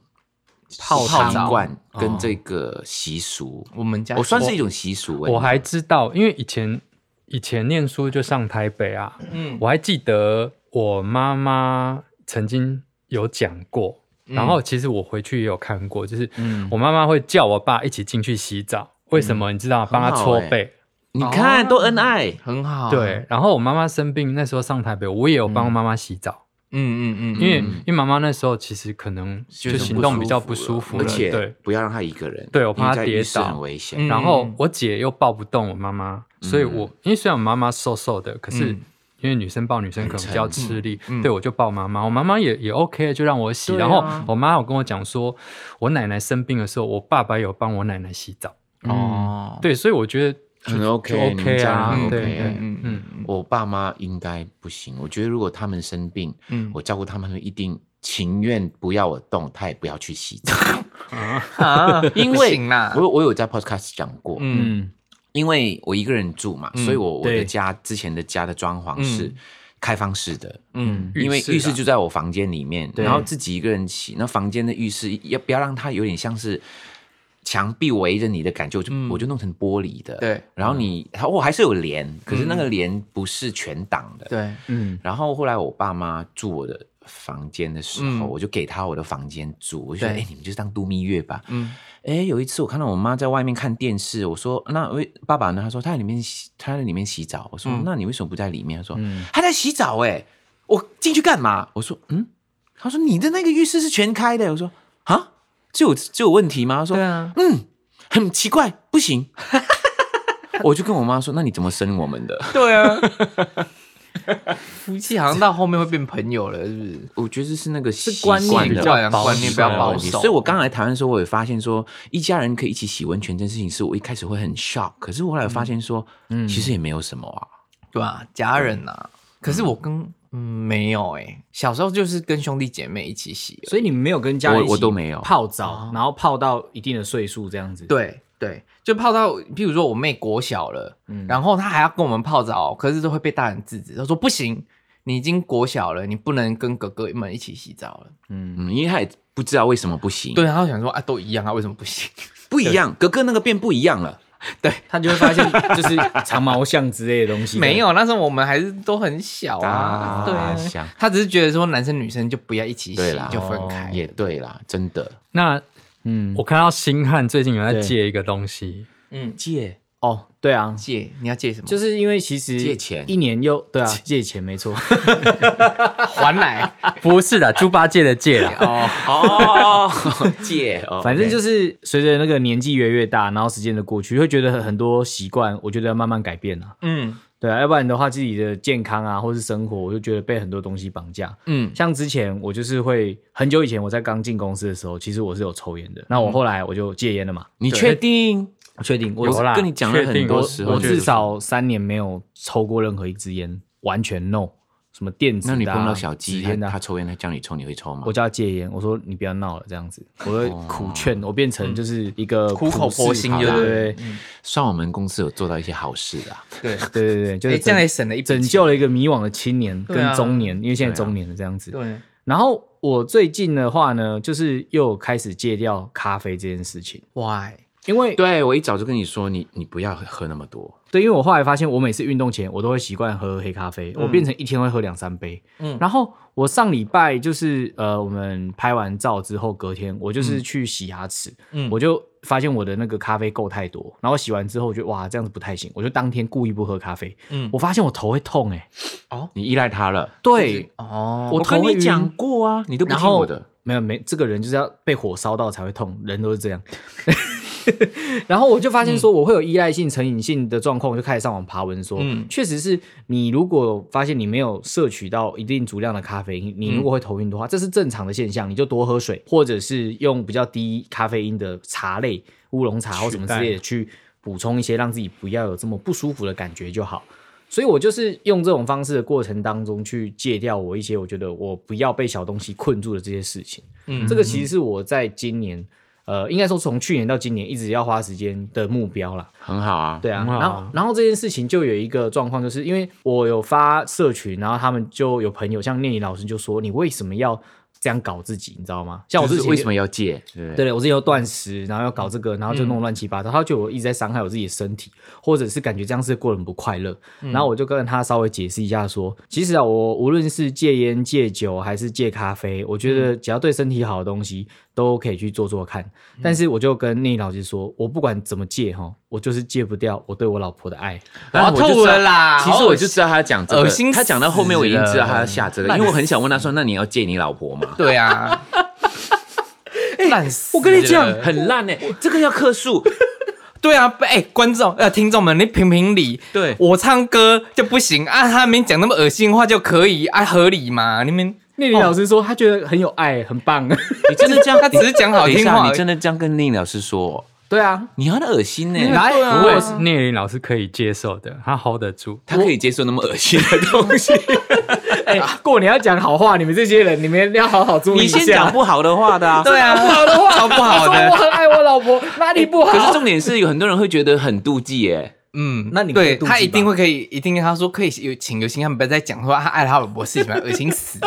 Speaker 1: 泡
Speaker 2: 习
Speaker 1: 澡
Speaker 2: 惯跟这个习俗，
Speaker 1: 我们家
Speaker 2: 我算是一种习俗、欸。
Speaker 4: 哦我还知道，因为以前以前念书就上台北啊，
Speaker 1: 嗯
Speaker 4: 我还记得我妈妈曾经有讲过，然后其实我回去也有看过，就是我妈妈会叫我爸一起进去洗澡，为什么？你知道吗，帮他
Speaker 2: 很好
Speaker 4: 搓
Speaker 2: 欸
Speaker 4: 背。
Speaker 2: 你看、
Speaker 4: 哦
Speaker 2: 都恩爱，
Speaker 1: 很好，啊欸
Speaker 4: 对，然后我妈妈生病那时候上台北，我也有帮妈妈洗澡，
Speaker 1: 嗯嗯嗯，
Speaker 4: 因为因为妈妈那时候其实可能就行动比较不舒服了，
Speaker 2: 而且
Speaker 4: 对。
Speaker 2: 不要让他一个人，
Speaker 4: 对我怕
Speaker 2: 因为
Speaker 4: 他
Speaker 2: 在
Speaker 4: 跌
Speaker 2: 浴室
Speaker 4: 倒
Speaker 2: 很危险。
Speaker 1: 嗯
Speaker 4: 然后我姐又抱不动我妈妈，
Speaker 2: 嗯
Speaker 4: 所以我因为虽然我妈妈瘦瘦的，可是
Speaker 1: 嗯
Speaker 4: 因为女生抱女生可能比较吃力，
Speaker 1: 嗯嗯
Speaker 4: 对我就抱妈妈，我妈妈也也 OK，就让我洗。
Speaker 2: 对啊
Speaker 4: 然后我妈有跟我讲说，我奶奶生病的时候，我爸爸有帮我奶奶洗澡，
Speaker 2: 哦，
Speaker 4: 对，所以我觉得就
Speaker 2: 很 OK，
Speaker 4: 就
Speaker 2: 你们
Speaker 4: OK
Speaker 2: 家
Speaker 4: 啊，
Speaker 2: 很
Speaker 4: 对
Speaker 2: OK
Speaker 4: 对
Speaker 2: 欸
Speaker 1: 嗯嗯
Speaker 4: 嗯
Speaker 2: 我爸妈应该不行。我觉得如果他们生病，
Speaker 1: 嗯，
Speaker 2: 我照顾他们，他们一定情愿不要我动，他也不要去洗澡。
Speaker 1: 啊， 因
Speaker 2: 为
Speaker 1: 啦，
Speaker 2: 我我有在 Podcast 讲过，
Speaker 1: 嗯
Speaker 2: 因为我一个人住嘛，所以我我的
Speaker 3: 对
Speaker 2: 家之前的家的装潢是
Speaker 1: 嗯
Speaker 2: 开放式的，
Speaker 1: 嗯
Speaker 2: 因为
Speaker 4: 浴室啊
Speaker 2: 浴室就在我房间里面，
Speaker 3: 对
Speaker 2: 然后自己一个人洗，那房间的浴室要不要让它有点像是墙壁围着你的感觉？我就、
Speaker 1: 嗯
Speaker 2: 我就弄成玻璃的，
Speaker 1: 对。嗯
Speaker 2: 然后你，我、还是有帘，可是那个帘不是全挡的。
Speaker 1: 对，
Speaker 3: 嗯，
Speaker 2: 然后后来我爸妈住我的房间的时候，
Speaker 1: 嗯
Speaker 2: 我就给他我的房间住，我就说：“哎、
Speaker 1: 对
Speaker 2: 你们就当度蜜月吧。”
Speaker 1: 嗯
Speaker 2: 哎，有一次我看到我妈在外面看电视，我说：“那为爸爸呢？”他说：“他在里面洗，他在里面洗澡。”我说：“
Speaker 1: 嗯
Speaker 2: 那你为什么不在里面？”他说：“他在洗澡、哎，我进去干嘛？”我说：“嗯。”他说：“你的那个浴室是全开的。”我说：“啊，这有这有问题吗？”他说：“
Speaker 1: 对啊，
Speaker 2: 嗯，很奇怪，不行。” 我就跟我妈说：“那你怎么生我们的？”
Speaker 1: 对啊，夫妻好像到后面会变朋友了，是不是？
Speaker 2: 我觉得是那个习
Speaker 1: 是观念
Speaker 2: 惯的
Speaker 1: 比较
Speaker 2: 问题
Speaker 1: 保
Speaker 4: 观念比较
Speaker 1: 保守
Speaker 2: 所以我刚来台湾的时候，我也发现说，一家人可以一起洗温泉这件事情，是我一开始会很 shock，可是我后来发现说，其实也没有什么啊。
Speaker 1: 对啊，家人呐、可是我跟嗯没有哎、小时候就是跟兄弟姐妹一起洗了。
Speaker 3: 所以你们没有跟家人
Speaker 2: 我
Speaker 3: 一起
Speaker 2: 我都没有
Speaker 3: 泡澡，然后泡到一定的岁数这样子。，
Speaker 1: 对对，就泡到，譬如说我妹国小了，然后她还要跟我们泡澡，可是都会被大人制止，她说不行，你已经国小了，你不能跟哥哥们一起洗澡了。
Speaker 2: 嗯，因为他也不知道为什么不行，，
Speaker 1: 对，然后想说啊，都一样啊，为什么不行？
Speaker 2: 不一样，格格那个变不一样了。
Speaker 3: 他就会发现就是长毛象之类的东西。
Speaker 1: 没，有，那时候我们还是都很小啊，
Speaker 2: 大
Speaker 1: 对啊
Speaker 2: 象
Speaker 1: 他只是觉得说男生女生就不要一起
Speaker 2: 对
Speaker 1: 洗
Speaker 2: 啦，，
Speaker 1: 就分开。
Speaker 2: 也对啦，真的。
Speaker 4: 那
Speaker 3: 嗯，
Speaker 4: 我看到星汉最近有在
Speaker 3: 对
Speaker 4: 借一个东西，
Speaker 1: 嗯，
Speaker 2: 借
Speaker 3: 哦，对啊，
Speaker 1: 借你要借什么？
Speaker 3: 就是因为其实
Speaker 2: 借钱
Speaker 3: 一年又对啊，借钱没错。
Speaker 1: 啊还来。
Speaker 4: 不是的，猪八戒的 戒啦
Speaker 1: 哦。
Speaker 2: 哦， 借哦，
Speaker 3: 反正就是随着那个年纪越来越大，然后时间的过去，会觉得很多习惯，我觉得要慢慢改变啊。
Speaker 1: 嗯
Speaker 3: 对啊，要不然的话，自己的健康啊，或是生活，我就觉得被很多东西绑架。
Speaker 1: 嗯
Speaker 3: 像之前我就是会很久以前我在刚进公司的时候，其实我是有抽烟的。那我后来我就戒烟了嘛。
Speaker 2: 你确定？
Speaker 3: 我确定，我
Speaker 2: 我
Speaker 4: 有啦
Speaker 2: 跟你讲了很多
Speaker 4: 确定
Speaker 2: 时候，
Speaker 3: 我
Speaker 4: 觉得
Speaker 3: 至少三年没有抽过任何一支烟，完全 no。什么电子的、
Speaker 2: 那
Speaker 3: 啊？
Speaker 2: 你碰到小鸡，
Speaker 3: 纸
Speaker 2: 他
Speaker 3: 烟的啊
Speaker 2: 他抽烟，他叫你抽，你会抽吗
Speaker 3: 我？叫他戒烟，我说你不要闹了，这样子，我会苦劝，我变成就是一个
Speaker 1: 苦口婆心
Speaker 3: 对
Speaker 1: 就
Speaker 3: 对
Speaker 1: 对
Speaker 2: 算我们公司有做到一些好事啊啦。
Speaker 1: 对，
Speaker 3: 对对对，就是
Speaker 1: 哎，
Speaker 3: 拯
Speaker 1: 这样也省了一笔
Speaker 3: 拯
Speaker 1: 钱
Speaker 3: 救了一个迷惘的青年
Speaker 1: 对啊
Speaker 3: 跟中年，因为现在中年了这样子。
Speaker 1: 对，
Speaker 3: 然后我最近的话呢，就是又开始戒掉咖啡这件事情，
Speaker 1: why？
Speaker 3: 因为
Speaker 2: 对我一早就跟你说，你你不要喝那么多。
Speaker 3: 对，因为我后来发现，我每次运动前我都会习惯喝黑咖啡，我变成一天会喝两三杯。嗯，然后我上礼拜就是呃，我们拍完照之后，隔天我就是去洗牙齿，我就发现我的那个咖啡够太多，然后我洗完之后我就哇这样子不太行，我就当天故意不喝咖啡。嗯，我发现我头会痛哎、
Speaker 2: 你依赖它了，
Speaker 3: 对，
Speaker 1: 哦，
Speaker 3: 我
Speaker 2: 我
Speaker 3: 头
Speaker 2: 跟
Speaker 3: 会
Speaker 2: 你
Speaker 3: 晕
Speaker 2: 讲过啊，你都不
Speaker 3: 然
Speaker 2: 听
Speaker 3: 后
Speaker 2: 我的。
Speaker 3: 没有没，这个人就是要被火烧到才会痛，人都是这样。 然后我就发现说，我会有依赖性、成瘾性的状况，我就开始上网爬文说，
Speaker 1: 嗯
Speaker 3: 确实是你如果发现你没有摄取到一定足量的咖啡因，你如果会头晕的话，这是正常的现象，你就多喝水，或者是用比较低咖啡因的茶类、乌龙茶或什么之类的去补充一些，让自己不要有这么不舒服的感觉就好。所以我就是用这种方式的过程当中去戒掉我一些我觉得我不要被小东西困住的这些事情。嗯，这个其实是我在今年，呃，应该说从去年到今年一直要花时间的目标啦。
Speaker 2: 很好啊，
Speaker 3: 对啊，
Speaker 4: 很好啊
Speaker 3: 然后然后这件事情就有一个状况，就是因为我有发社群，然后他们就有朋友，像念怡老师就说，你为什么要这样搞自己？你知道吗？像我
Speaker 2: 就
Speaker 3: 之
Speaker 2: 是
Speaker 3: 前
Speaker 2: 为什么要戒？对不对
Speaker 3: 对了，我之前又断食，然后要搞这个，然后就弄乱七八糟，他觉得我一直在伤害我自己的身体，或者是感觉这样是过得很不快乐。然后我就跟他稍微解释一下说，其实啊，我无论是戒烟、戒酒还是戒咖啡，我觉得只要对身体好的东西都可以去做做看。但是我就跟聂老师说，我不管怎么戒哈，我就是戒不掉我对我老婆的爱。
Speaker 2: 然后我就
Speaker 1: 啊
Speaker 2: 知道
Speaker 1: 透了啦
Speaker 2: 其实我就知道他讲这
Speaker 1: 恶
Speaker 2: 个
Speaker 1: 心，死
Speaker 2: 他讲到后面我已经知道他要下这个，
Speaker 1: 了
Speaker 2: 因为我很想问他说，那你要戒你老婆吗？
Speaker 1: 对啊，烂死！
Speaker 3: 我跟你讲，
Speaker 2: 很烂哎，这个要克数。
Speaker 1: 对啊，哎、观众呃，听众们，你评评理，
Speaker 2: 对
Speaker 1: 我唱歌就不行啊，他们讲那么恶心的话就可以啊，合理嘛？你们
Speaker 3: 聂老师说他觉得很有爱，很棒。
Speaker 2: 你真的这样，
Speaker 1: 他只是讲好
Speaker 2: 等一
Speaker 1: 听
Speaker 2: 下，
Speaker 1: 话
Speaker 2: 你
Speaker 1: 而已，
Speaker 2: 真的这样跟令老师说，
Speaker 3: 对啊，
Speaker 2: 你很恶心呢。
Speaker 1: 啊
Speaker 3: 来，
Speaker 4: 不过是聂林老师可以接受的，他 hold 得住。
Speaker 2: 他可以接受那么恶心的东西，
Speaker 3: 哎、过年要讲好话，你们这些 人，你们要好好注意
Speaker 2: 你
Speaker 3: 一下。
Speaker 2: 先讲不好的话的 啊。
Speaker 1: 对啊，不好的话，超不 好
Speaker 3: 我
Speaker 1: 的，
Speaker 3: 很爱我老婆，哪里不好？
Speaker 2: 可是重点是有很多人会觉得很妒忌欸耶。
Speaker 1: 嗯，
Speaker 3: 那你可
Speaker 1: 对
Speaker 3: 以妒忌
Speaker 1: 他一
Speaker 3: 吧
Speaker 1: 定会可以，一定他说可以有请有心他们不要再讲说他爱他老婆事情吧，恶心 死，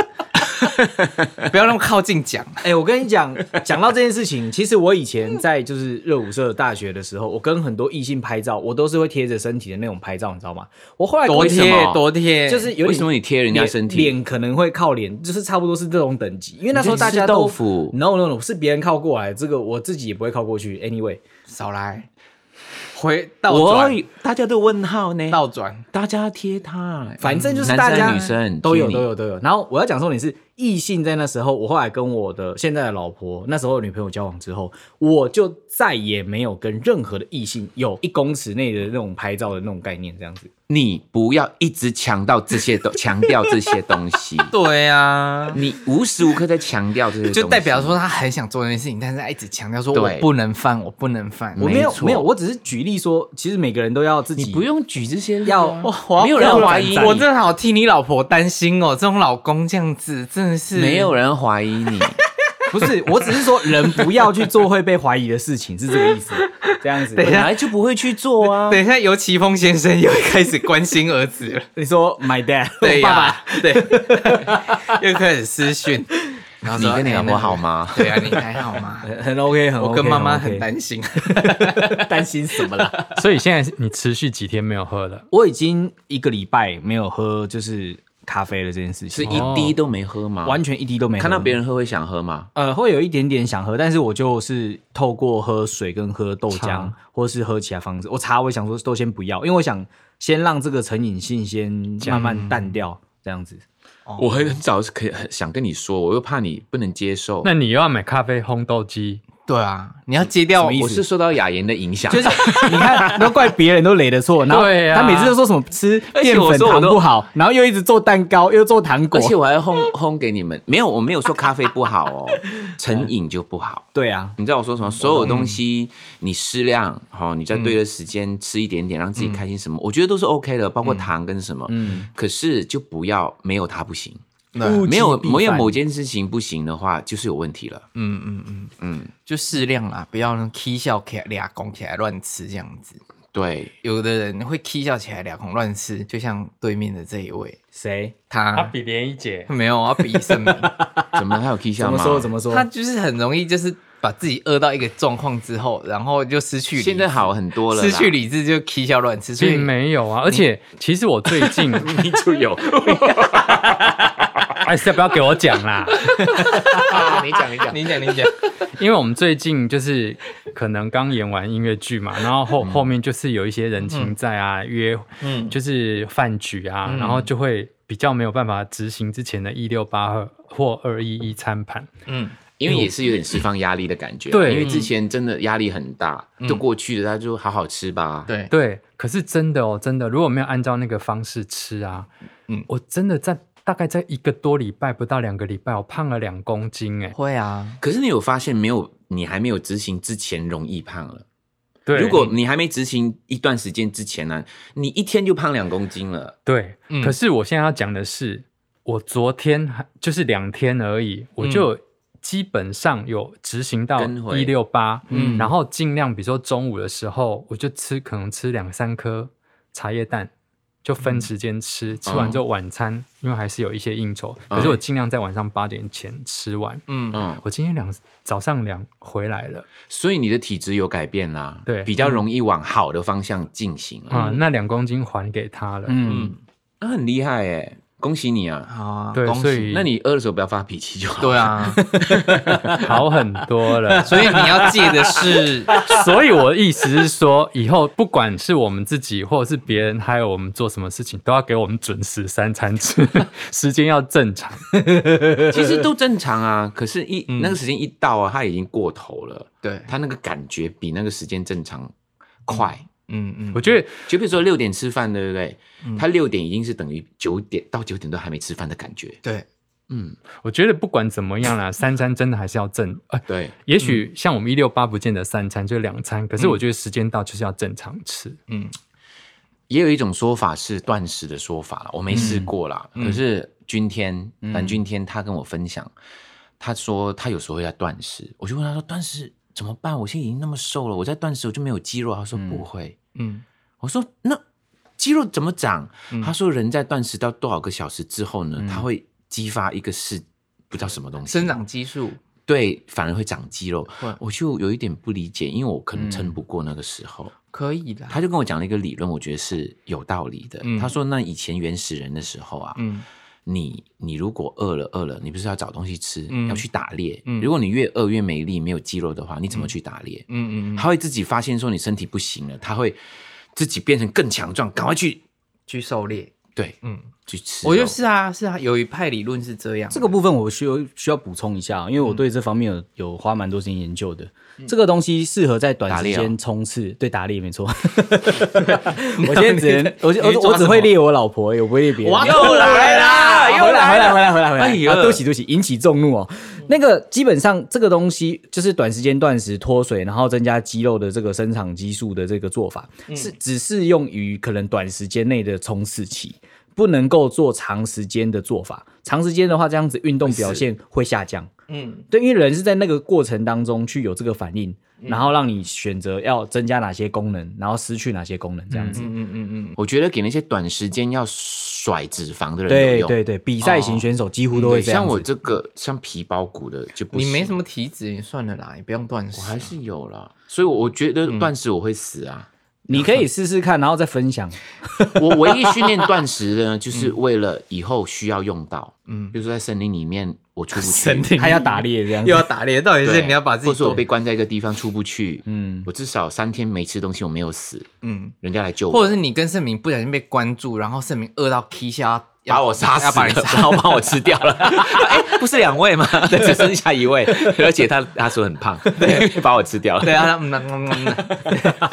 Speaker 1: 不要那么靠近讲，
Speaker 3: 哎、我跟你讲，讲到这件事情，其实我以前在就是热舞社大学的时候，我跟很多异性拍照，我都是会贴着身体的那种拍照，你知道吗？我后来
Speaker 1: 多
Speaker 3: 为什么
Speaker 1: 贴多贴，
Speaker 3: 就是有点
Speaker 2: 为什么你贴人家身体
Speaker 3: 脸脸可能会靠脸，就是差不多是这种等级，因为那时候大家
Speaker 2: 你在吃
Speaker 3: 都
Speaker 2: 豆腐
Speaker 3: no no no 是别人靠过来，这个我自己也不会靠过去。Anyway，
Speaker 1: 少来，回倒
Speaker 2: 我
Speaker 1: 转
Speaker 2: 大家都问号呢，
Speaker 1: 倒转，
Speaker 2: 大家贴他，欸
Speaker 3: 反正
Speaker 1: 嗯
Speaker 3: 就是
Speaker 2: 男
Speaker 3: 大家
Speaker 2: 生女生
Speaker 3: 都
Speaker 2: 贴
Speaker 3: 有
Speaker 2: 你
Speaker 3: 都有都有。然后我要讲重点是异性在那时候，我后来跟我的现在的老婆，那时候的女朋友交往之后，我就再也没有跟任何的异性有一公尺内的那种拍照的那种概念，这样子。
Speaker 2: 你不要一直强调这些东， 强调这些东西，
Speaker 1: 对啊。
Speaker 2: 你无时无刻在强调这些东西，
Speaker 1: 就代表说他很想做那件事情，但是他一直强调说我
Speaker 2: 对
Speaker 1: 不能犯，我不能犯。
Speaker 3: 我没有
Speaker 2: 没错
Speaker 3: 没有，我只是举例说，其实每个人都要自己
Speaker 2: 你不用举这些例啊，
Speaker 3: 要哦
Speaker 1: 我要
Speaker 2: 没有人
Speaker 1: 不要
Speaker 2: 怀疑
Speaker 1: 我
Speaker 2: 你
Speaker 1: 真的好替你老婆担心哦，这种老公这样子真的是
Speaker 2: 没有人怀疑 你，
Speaker 3: 不是，我只是说人不要去做会被怀疑的事情，是这个 意思。这样子，
Speaker 1: 对
Speaker 2: 本来哎就不会去做啊。
Speaker 1: 等一下，尤奇峰先生又开始关心儿子 了。
Speaker 3: 你说 my dad，
Speaker 1: 对
Speaker 3: 我
Speaker 1: 呀、
Speaker 3: 爸爸，
Speaker 1: 对，又开始私 讯，然后
Speaker 2: 你
Speaker 1: 说
Speaker 2: 跟你老婆好？
Speaker 1: 哎
Speaker 2: 吗？
Speaker 1: 那个对啊，你还好 吗？
Speaker 3: 很很 OK，很 OK，
Speaker 1: 我跟妈妈
Speaker 3: OK
Speaker 1: 很担心。
Speaker 3: 担心什么啦？
Speaker 4: 所以现在你持续几天没有喝了？
Speaker 3: 我已经一个礼拜没有喝就是咖啡了这件事
Speaker 2: 是
Speaker 3: 情，
Speaker 2: 一滴都哦没喝吗？
Speaker 3: 完全一滴都没喝。
Speaker 2: 看到别人喝会想喝吗？
Speaker 3: 呃，会有一点点想喝，但是我就是透过喝水跟喝豆浆
Speaker 4: 茶，
Speaker 3: 或是喝其他方式。我茶我也想说都先不要，因为我想先让这个成瘾性先慢慢淡掉，
Speaker 2: 嗯
Speaker 3: 这样子。
Speaker 2: 我很早是可以很想跟你说，我又怕你不能接受。
Speaker 4: 那你又要买咖啡烘豆机？
Speaker 1: 对啊，你要戒掉，
Speaker 2: 我
Speaker 1: 我
Speaker 2: 是受到雅言的影响，
Speaker 3: 就是你看，都怪别人都雷的 错，然后
Speaker 4: 对啊
Speaker 3: 他每次都说什么吃
Speaker 2: 而
Speaker 3: 淀
Speaker 2: 且我
Speaker 3: 粉
Speaker 2: 说我
Speaker 3: 糖
Speaker 2: 都
Speaker 3: 不好，然后又一直做蛋糕，又做糖果
Speaker 2: 而。且我还烘烘给你们，没有，我没有说咖啡不好哦，成瘾就不好。
Speaker 3: 对啊，
Speaker 2: 你知道我说什么？所有东西你适量，好、你在对的时间吃一点点，让自己开心什么，我觉得都是 OK 的，包括糖跟什么。嗯，可是就不要没有它不行，
Speaker 1: 嗯
Speaker 2: 啊没有没有某
Speaker 3: 件。
Speaker 2: 件事情不行的话，就是有问题了。
Speaker 1: 嗯嗯，
Speaker 2: 嗯，
Speaker 1: 就适量啦，不要 K 笑起来俩拱起来乱吃这样子。
Speaker 2: 对，
Speaker 1: 有的人会 K 笑起来俩拱乱吃，就像对面的这一位，
Speaker 3: 谁？
Speaker 1: 他
Speaker 4: 比连一姐
Speaker 1: 没有啊，比什么？
Speaker 2: 怎么还有 K
Speaker 3: 怎
Speaker 2: 笑
Speaker 3: 么
Speaker 2: 吗？
Speaker 3: 说？怎么说
Speaker 1: 他？就是很容易就是把自己饿到一个状况之后，然后就失去理智
Speaker 2: 现在好很多了啦，
Speaker 1: 失去理智就起小乱吃，所以
Speaker 4: 并没有啊。而且其实我最近，
Speaker 2: 你就有，
Speaker 4: 哎，是不要给我讲啦，
Speaker 1: 你讲一讲， 你讲你讲，
Speaker 4: 因为我们最近就是可能刚演完音乐剧嘛，然后
Speaker 2: 嗯
Speaker 4: 后后面就是有一些人情债啊，约
Speaker 1: 嗯，
Speaker 4: 就是饭局啊，
Speaker 2: 嗯
Speaker 4: 然后就会比较没有办法执行之前的一六八二或二一一餐盘。
Speaker 1: 嗯
Speaker 2: 因为也是有点释放压力的感觉。
Speaker 4: 对
Speaker 2: 因为之前真的压力很大，都过去了，他就好好吃吧。，
Speaker 1: 对，
Speaker 4: 对，可是真的哦，真的，如果没有按照那个方式吃啊，
Speaker 1: 嗯
Speaker 4: 嗯，我真的在大概在一个多礼拜，不到两个礼拜，我胖了两公斤，
Speaker 2: 哦
Speaker 4: 哎，
Speaker 1: 会啊，
Speaker 2: 可是你有发现没有？你还没有执行之前容易胖了。
Speaker 4: 对，
Speaker 2: 如果你还没执行一段时间之前呢、啊你一天就胖两公斤了。
Speaker 4: 对，
Speaker 1: 嗯
Speaker 4: 可是我现在要讲的是，我昨天还就是两天而已，我就基本上有执行到
Speaker 2: 跟回
Speaker 4: 一六八，
Speaker 1: 嗯
Speaker 4: 然后尽量比如说中午的时候，我就吃可能吃两三颗茶叶蛋。就分时间吃，吃完之后晚餐，因为还是有一些应酬，可是我尽量在晚上八点前吃完。
Speaker 1: 嗯
Speaker 2: 嗯，
Speaker 4: 我今天两早上两回来了
Speaker 2: 所以你的体质有改变啦，
Speaker 4: 对
Speaker 2: 比较容易往好的方向进行了。
Speaker 4: 啊、那两公斤还给他了。
Speaker 1: 嗯，
Speaker 2: 那、很厉害哎，恭喜你啊！
Speaker 1: 好啊，
Speaker 4: 对
Speaker 1: 恭，喜
Speaker 4: 所以
Speaker 2: 那你饿的时候不要发脾气就好。
Speaker 1: 对，啊，
Speaker 4: 好很多 了。
Speaker 1: 所以你要戒的是，
Speaker 4: 所以我的意思是说，以后不管是我们自己或者是别人，还有我们做什么事情，都要给我们准时三餐吃， 时间要正常。
Speaker 2: 其实都正常啊。可是一，那个时间一到啊，它已经过头了。
Speaker 1: 嗯对，
Speaker 2: 他那个感觉比那个时间正常快。
Speaker 1: 嗯嗯，
Speaker 4: 我觉得
Speaker 2: 就比如说六点吃饭，对不对？他六点已经是等于九点到九点都还没吃饭的感觉。
Speaker 1: 对，
Speaker 2: 嗯，
Speaker 4: 我觉得不管怎么样啦，三餐真的还是要正。呃，
Speaker 2: 对，
Speaker 4: 也许像我们一六八不见得三餐就两餐，可是我觉得时间到就是要正常吃。
Speaker 1: 嗯
Speaker 2: 也有一种说法是断食的说法啦，我没试过啦。
Speaker 1: 嗯
Speaker 2: 可是君天，蓝君天他跟我分享，他说他有时候要断食，我就问他说断食怎么办？我现在已经那么瘦了，我在断食我就没有肌肉。他说不会。
Speaker 1: 嗯
Speaker 2: 我说那肌肉怎么长？他说人在断食到多少个小时之后呢，他会激发一个是不知道什么东西
Speaker 1: 嗯生长激素，
Speaker 2: 对，反而会长肌肉
Speaker 1: 会。嗯
Speaker 2: 我就有一点不理解，因为我可能撑不过那个时候。
Speaker 1: 可以啦，
Speaker 2: 他就跟我讲了一个理论，我觉得是有道理的。
Speaker 1: 嗯
Speaker 2: 他说，那以前原始人的时候啊，
Speaker 1: 嗯
Speaker 2: 你你如果饿了饿了，你不是要找东西吃，
Speaker 1: 嗯
Speaker 2: 要去打猎。
Speaker 1: 嗯
Speaker 2: 如果你越饿越没力，没有肌肉的话，你怎么去打猎？
Speaker 1: 嗯嗯嗯，
Speaker 2: 他会自己发现说你身体不行了，他会自己变成更强壮，赶快去
Speaker 1: 去狩猎，
Speaker 2: 对
Speaker 1: 嗯，
Speaker 2: 去吃肉。
Speaker 1: 我就是啊是啊，有一派理论是这样，
Speaker 3: 这个部分我需要需要补充一下，啊因为我对这方
Speaker 1: 嗯
Speaker 3: 面有有花蛮多时间研究的。这个东西适合在短时
Speaker 2: 打猎
Speaker 3: 间
Speaker 2: 哦
Speaker 3: 冲刺，对打猎没 错。 我现在只能，我
Speaker 1: 你在
Speaker 3: 我
Speaker 1: 抓
Speaker 3: 我只
Speaker 1: 什么
Speaker 3: 会猎我老婆，我不会猎别 人。
Speaker 1: 哇又来 啦
Speaker 3: 啊
Speaker 1: 又
Speaker 3: 回来
Speaker 1: 来啦
Speaker 3: 回来回来回来回来！
Speaker 1: 哎呀
Speaker 3: 啊，对不起对不起，引起众怒哦。那个基本上这个东西就是短时间断食、脱水，然后增加肌肉的这个生长激素的这个做法，是只适用于可能短时间内的冲刺期。不能够做长时间的做法，长时间的话，这样子运动表现会下降。
Speaker 1: 嗯
Speaker 3: 对，因为人是在那个过程当中去有这个反应，然后让你选择要增加哪些功能，然后失去哪些功能，这样子。
Speaker 1: 嗯嗯嗯嗯，
Speaker 2: 我觉得给那些短时间要甩脂肪的人嗯有
Speaker 3: 对
Speaker 2: 用。
Speaker 3: 对对，比赛型选手几乎都
Speaker 2: 对，
Speaker 3: 会这样
Speaker 2: 像
Speaker 3: 子。
Speaker 2: 我这个像皮包骨的就不
Speaker 1: 你
Speaker 2: 行。
Speaker 1: 没什么体脂，你算了啦，你不用断食
Speaker 2: 我，还是有了，所以我觉得
Speaker 1: 嗯
Speaker 2: 断食我会死啊。
Speaker 3: 你可以试试看，然后再分享。
Speaker 2: 我唯一训练断食的呢，就是
Speaker 1: 嗯
Speaker 2: 为了以后需要用到，嗯，比如说在森林里面我出不去，
Speaker 1: 体
Speaker 3: 他 要打猎这样
Speaker 1: 又要
Speaker 3: 子。
Speaker 1: 打猎，到底是
Speaker 2: 对
Speaker 1: 你要把自
Speaker 2: 或
Speaker 1: 己
Speaker 2: 者我
Speaker 1: 做
Speaker 2: 被关在一个地方出不去，
Speaker 3: 嗯
Speaker 2: 我至少三天没吃东西，我没有死，
Speaker 1: 嗯，
Speaker 2: 人家来救我，
Speaker 1: 或者是你跟盛明不小心被关注，然后盛明饿到踢下，要
Speaker 2: 把我杀死
Speaker 1: 要把
Speaker 2: 了
Speaker 1: 你，杀。
Speaker 2: 然 后把我吃掉了。哎，不是两位吗？只剩下一 位，而且他他说很胖，对，把我吃掉了。
Speaker 1: 对啊，他嗯嗯嗯嗯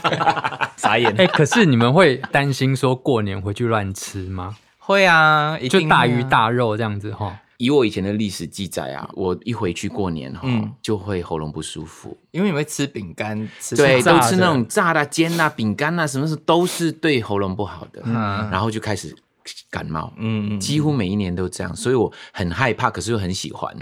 Speaker 3: 傻眼。
Speaker 4: 哎、可是你们会担心说过年回去乱吃吗？
Speaker 1: 会啊，一定会啊
Speaker 4: 就大鱼大肉这样子哈？
Speaker 2: 以我以前的历史记载啊，我一回去过年哈
Speaker 1: 嗯，
Speaker 2: 就会喉咙不舒服，
Speaker 1: 因为你会吃饼干，吃
Speaker 2: 对，
Speaker 4: 炸
Speaker 2: 都
Speaker 4: 的
Speaker 2: 啊吃那种炸的、煎的、饼干啊，什么是都是对喉咙不好的。
Speaker 1: 嗯
Speaker 2: 然后就开始感冒，
Speaker 1: 嗯嗯，
Speaker 2: 几乎每一年都这样，所以我很害怕，可是又很 喜欢。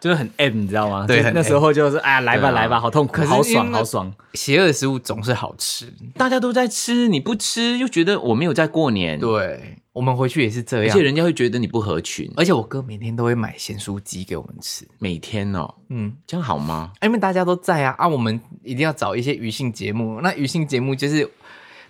Speaker 3: 就是很 M，你知道吗？
Speaker 2: 对
Speaker 3: 就
Speaker 2: 很
Speaker 3: 那时候就是哎，来
Speaker 2: 对
Speaker 3: 吧
Speaker 2: 啊
Speaker 3: 来吧，好痛苦，
Speaker 1: 可是
Speaker 3: 好
Speaker 1: 因为
Speaker 3: 爽
Speaker 1: 那
Speaker 3: 好爽。
Speaker 1: 邪恶的食物总是好吃。
Speaker 2: 大家都在吃，你不吃又觉得我没有在过年，，
Speaker 1: 对，啊我们回去也是这
Speaker 2: 而
Speaker 1: 样
Speaker 2: 且。人家会觉得你不合群。
Speaker 1: 而且我哥每天都会买咸酥鸡给我们吃。
Speaker 2: 每天哦，
Speaker 1: 嗯，
Speaker 2: 这样好吗？
Speaker 1: 因为大家都在啊啊，我们一定要找一些娱性节目。那娱性节目就是，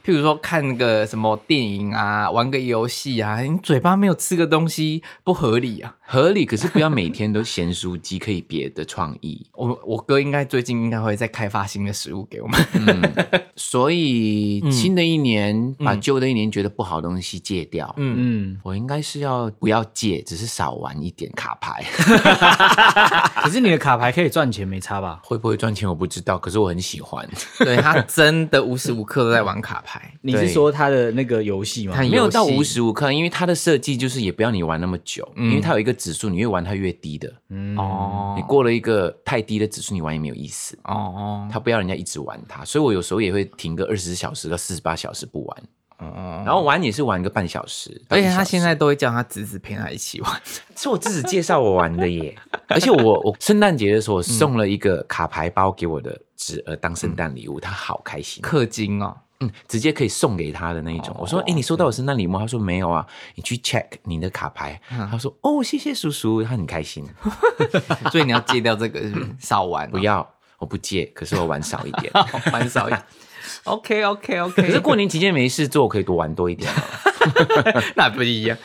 Speaker 1: 譬如说看个什么电影啊，玩个游戏啊，你嘴巴没有吃个东西不合理啊。
Speaker 2: 合理，可是不要每天都咸酥鸡，可以别的创意。
Speaker 1: 我我哥应该最近应该会再开发新的食物给我 们。
Speaker 2: 所以新的一年把
Speaker 1: 嗯
Speaker 2: 旧的一年觉得不好的东西戒掉。
Speaker 1: 嗯，
Speaker 3: 嗯，
Speaker 2: 我应该是要不要戒，只是少玩一点卡牌。
Speaker 1: 啊
Speaker 3: 可是你的卡牌可以赚钱，没差吧？
Speaker 2: 会不会赚钱我不知道，可是我很 喜欢。
Speaker 1: 对他真的无时无刻都在玩卡牌。
Speaker 3: 你是
Speaker 2: 对
Speaker 3: 说他的那个游戏吗？
Speaker 1: 他
Speaker 2: 没有到
Speaker 1: 游戏嗯
Speaker 2: 无时无刻，因为它的设计就是也不要你玩那么久，因为它有一个指数，你越玩它越低的。
Speaker 3: 嗯，
Speaker 1: 哦
Speaker 2: 你过了一个太低的指数，你玩也没有意思。
Speaker 1: 哦哦
Speaker 2: 他不要人家一直玩它，所以我有时候也会停个二十小时到四十八小时不玩，
Speaker 1: 哦，
Speaker 2: 然后玩也是玩个半小时。
Speaker 1: 而且他
Speaker 2: 到一小时
Speaker 1: 现在都会叫他侄子陪他一起玩。
Speaker 2: 是我自己介绍我玩 的耶，而且我我圣诞节的时
Speaker 1: 嗯
Speaker 2: 候我送了一个卡牌包给我的侄儿当圣诞礼物，他好开心，
Speaker 1: 氪金哦，
Speaker 2: 嗯，直接可以送给他的那一种。我说，哎、你收到我圣诞礼物吗？他说没有啊，你去 check 你的卡牌。
Speaker 1: 嗯
Speaker 2: 他说，哦，谢谢叔叔，他很开心。
Speaker 1: 所以你要戒掉这个是不是少玩哦，
Speaker 2: 不要，我不戒，可是我玩少一 点。
Speaker 1: 蛮少 一点。OK OK
Speaker 2: 可是
Speaker 1: OK，
Speaker 2: 过年期间没事做，我可以多玩多一点啊。
Speaker 1: 那不一样。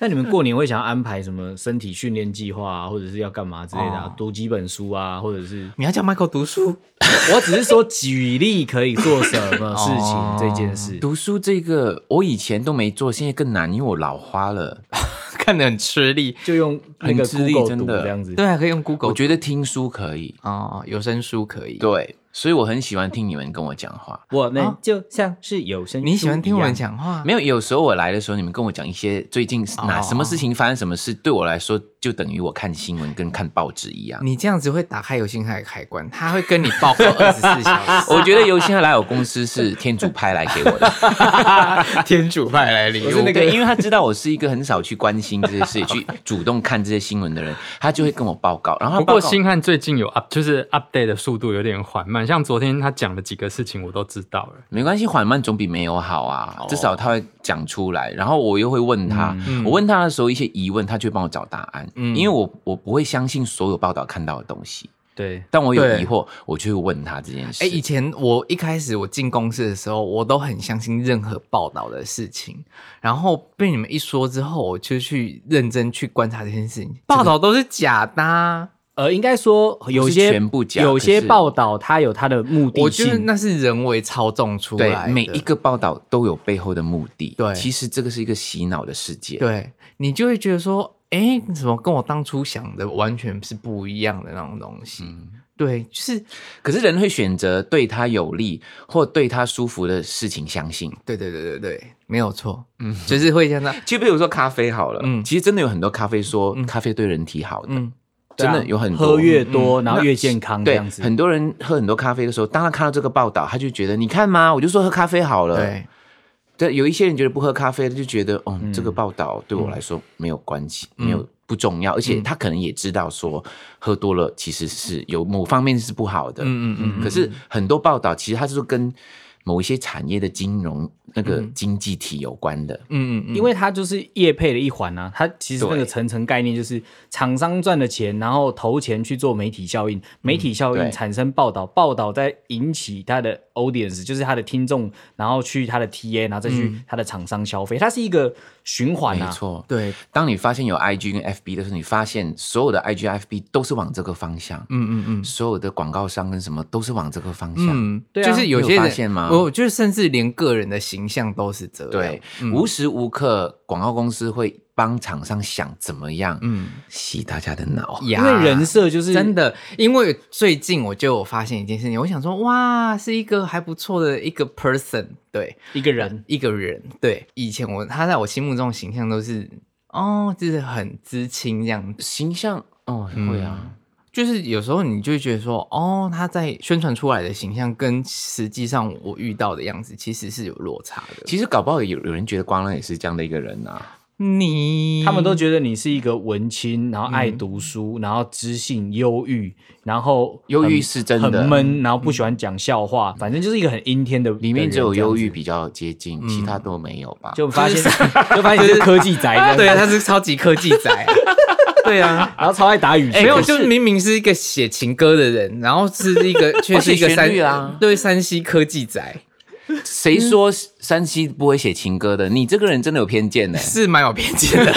Speaker 3: 那你们过年会想要安排什么身体训练计划啊，或者是要干嘛之类的、
Speaker 1: 哦
Speaker 3: 啊？读几本书啊，或者是
Speaker 1: 你要叫 Michael 读书，
Speaker 3: 我只是说举例可以做什么事
Speaker 1: 哦
Speaker 3: 情这件事。
Speaker 2: 读书这个我以前都没做，现在更难，因为我老花了。
Speaker 1: 看得很吃力。
Speaker 3: 就用那个
Speaker 2: 很吃力
Speaker 3: Google
Speaker 2: 真
Speaker 3: 读
Speaker 2: 的
Speaker 3: 这样子，
Speaker 1: 对啊，可以用 Google
Speaker 2: 我觉得听书可以，
Speaker 1: 哦，有声书可以。
Speaker 2: 对，所以我很喜欢听你们跟我讲话。
Speaker 3: 我们
Speaker 1: 啊
Speaker 3: 就像是有声，
Speaker 1: 你喜欢听我们？讲话？
Speaker 2: 没有，有时候我来的时候，你们跟我讲一些最近是哪
Speaker 1: 哦
Speaker 2: 什么事情发生什么事，对我来说就等于我看新闻跟看报纸一样。
Speaker 1: 你这样子会打开有心海的开关，他会跟你报 告二十四小 时。
Speaker 2: 我觉得尤先来我公司是天主派来给我的，
Speaker 1: 天主派来礼
Speaker 3: 我是那个
Speaker 2: 对，因为他知道我是一个很少去关心这些事、去主动看这些新闻的人，他就会跟我报告。然后他
Speaker 4: 不
Speaker 2: 报
Speaker 4: 过
Speaker 2: 告
Speaker 4: 星汉最近有 up，就是 update 的速度有点缓慢，像昨天他讲的几个事情我都知道了。
Speaker 2: 没关系，缓慢总比没有好啊，至少他会讲出来。然后我又会问他，我问他的时候一些疑问，他就会帮我找答案，因为我我不会相信所有报道看到的东西。
Speaker 4: 对，
Speaker 2: 但我有
Speaker 1: 对
Speaker 2: 疑惑，我就会问他这件事。
Speaker 1: 哎、以前我一开始我进公司的时候，我都很相信任何报道的事情，然后被你们一说之后，我就去认真去观察这件事情，报道都是假的啊、
Speaker 3: 呃，应该说有
Speaker 2: 不是
Speaker 3: 些
Speaker 2: 全部讲
Speaker 3: 有些
Speaker 2: 可是
Speaker 3: 报道它有它的目的
Speaker 1: 我觉得
Speaker 3: 性。
Speaker 1: 那是人为操纵出
Speaker 2: 对
Speaker 1: 来的。
Speaker 2: 每一个报道都有背后的目的。
Speaker 1: 对
Speaker 2: 其实这个是一个洗脑的世界。
Speaker 1: 对你就会觉得说，哎、怎么跟我当初想的完全是不一样的那种东西？
Speaker 2: 嗯
Speaker 1: 对，就是
Speaker 2: 可是人会选择对他有利或对他舒服的事情相信。
Speaker 1: 对对对对对，没有错，嗯，就是会像那，
Speaker 2: 就比如说咖啡好了，
Speaker 1: 嗯
Speaker 2: 其实真的有很多咖啡说咖啡对人体好的，
Speaker 1: 嗯，
Speaker 3: 对
Speaker 2: 真
Speaker 3: 啊
Speaker 2: 的有很多嗯
Speaker 3: 喝越多，然后越健康这
Speaker 2: 对
Speaker 3: 样，子。
Speaker 2: 很多人喝很多咖啡的时候，当他看到这个报道，他就觉得你看嘛，我就说喝咖啡好了。
Speaker 1: 对，
Speaker 2: 对，有一些人觉得不喝咖啡，他就觉得哦，
Speaker 1: 嗯
Speaker 2: 这个报道对我来说没有关系，没有不重要，而
Speaker 1: 嗯
Speaker 2: 且他可能也知道说喝多了其实是有某方面是不好的。
Speaker 1: 嗯嗯嗯，
Speaker 2: 可是很多报道其实它是跟某一些产业的金融那个经济体有关的。
Speaker 1: 嗯嗯嗯，
Speaker 3: 因为它就是业配的一环啊，它其实那个
Speaker 2: 对
Speaker 3: 层层概念就是厂商赚了钱，然后投钱去做媒体效应，媒体效
Speaker 2: 嗯对
Speaker 3: 应产生报道，报道再引起它的 audience，就是它的听众，然后去它的 TA，然后再去它的厂商消费，它是一个循
Speaker 1: 嗯
Speaker 3: 环
Speaker 2: 嗯没
Speaker 3: 啊。
Speaker 2: 错，
Speaker 1: 对，
Speaker 2: 当你发现有 IG 跟 FB 的时候，你发现所有的 IG、FB 都是往这个方向，
Speaker 1: 嗯嗯嗯。
Speaker 2: 所有的广告商跟什么都是往这个方向。
Speaker 1: 嗯，
Speaker 3: 对啊
Speaker 1: 就是有
Speaker 2: 你有
Speaker 1: 些
Speaker 2: 发
Speaker 1: 人，
Speaker 2: 现吗
Speaker 1: 我就是甚至连个人的形象都是这样。
Speaker 2: 对，
Speaker 1: 嗯
Speaker 2: 无时无刻广告公司会帮厂商想怎么样，嗯，洗大家的脑。
Speaker 1: 呀
Speaker 3: 因为人设就是
Speaker 1: 真的，因为最近我就有发现一件事情，我想说，哇，是一个还不错的一个 person，对，
Speaker 3: 一个人，
Speaker 1: 一个人，对，以前我他在我心目中的形象都是，哦，就是很知青这样子，
Speaker 2: 形象哦，会啊，
Speaker 1: 就是有时候你就会觉得说，哦，他在宣传出来的形象跟实际上我遇到的样子其实是有落差的。
Speaker 2: 其实搞不好有有人觉得光亮也是这样的一个人啊，
Speaker 1: 你
Speaker 3: 他们都觉得你是一个文青，然后爱读书，然后知性、忧郁，然后
Speaker 2: 忧
Speaker 3: 很
Speaker 2: 郁是真的
Speaker 3: 很闷，然后不喜欢讲笑话，
Speaker 1: 嗯
Speaker 3: 反正就是一个很阴天的。
Speaker 2: 里面只有
Speaker 3: 的人
Speaker 2: 忧
Speaker 3: 这样
Speaker 2: 郁
Speaker 3: 子，
Speaker 2: 比较接近，其他都没有吧？
Speaker 3: 嗯就发现 就发现你是科技宅
Speaker 1: 啊
Speaker 3: 的，
Speaker 1: 对，他是超级科技宅啊、 对啊。
Speaker 3: 然后超爱打羽球，
Speaker 1: 没有，就是明明是一个写情歌的人，然后是一个却是一个
Speaker 2: 写旋律
Speaker 1: 山
Speaker 2: 啊
Speaker 1: 对山西科技宅
Speaker 2: 谁说山西不会写情歌的？你这个人真的有偏见 呢、
Speaker 1: 是蛮有偏见的。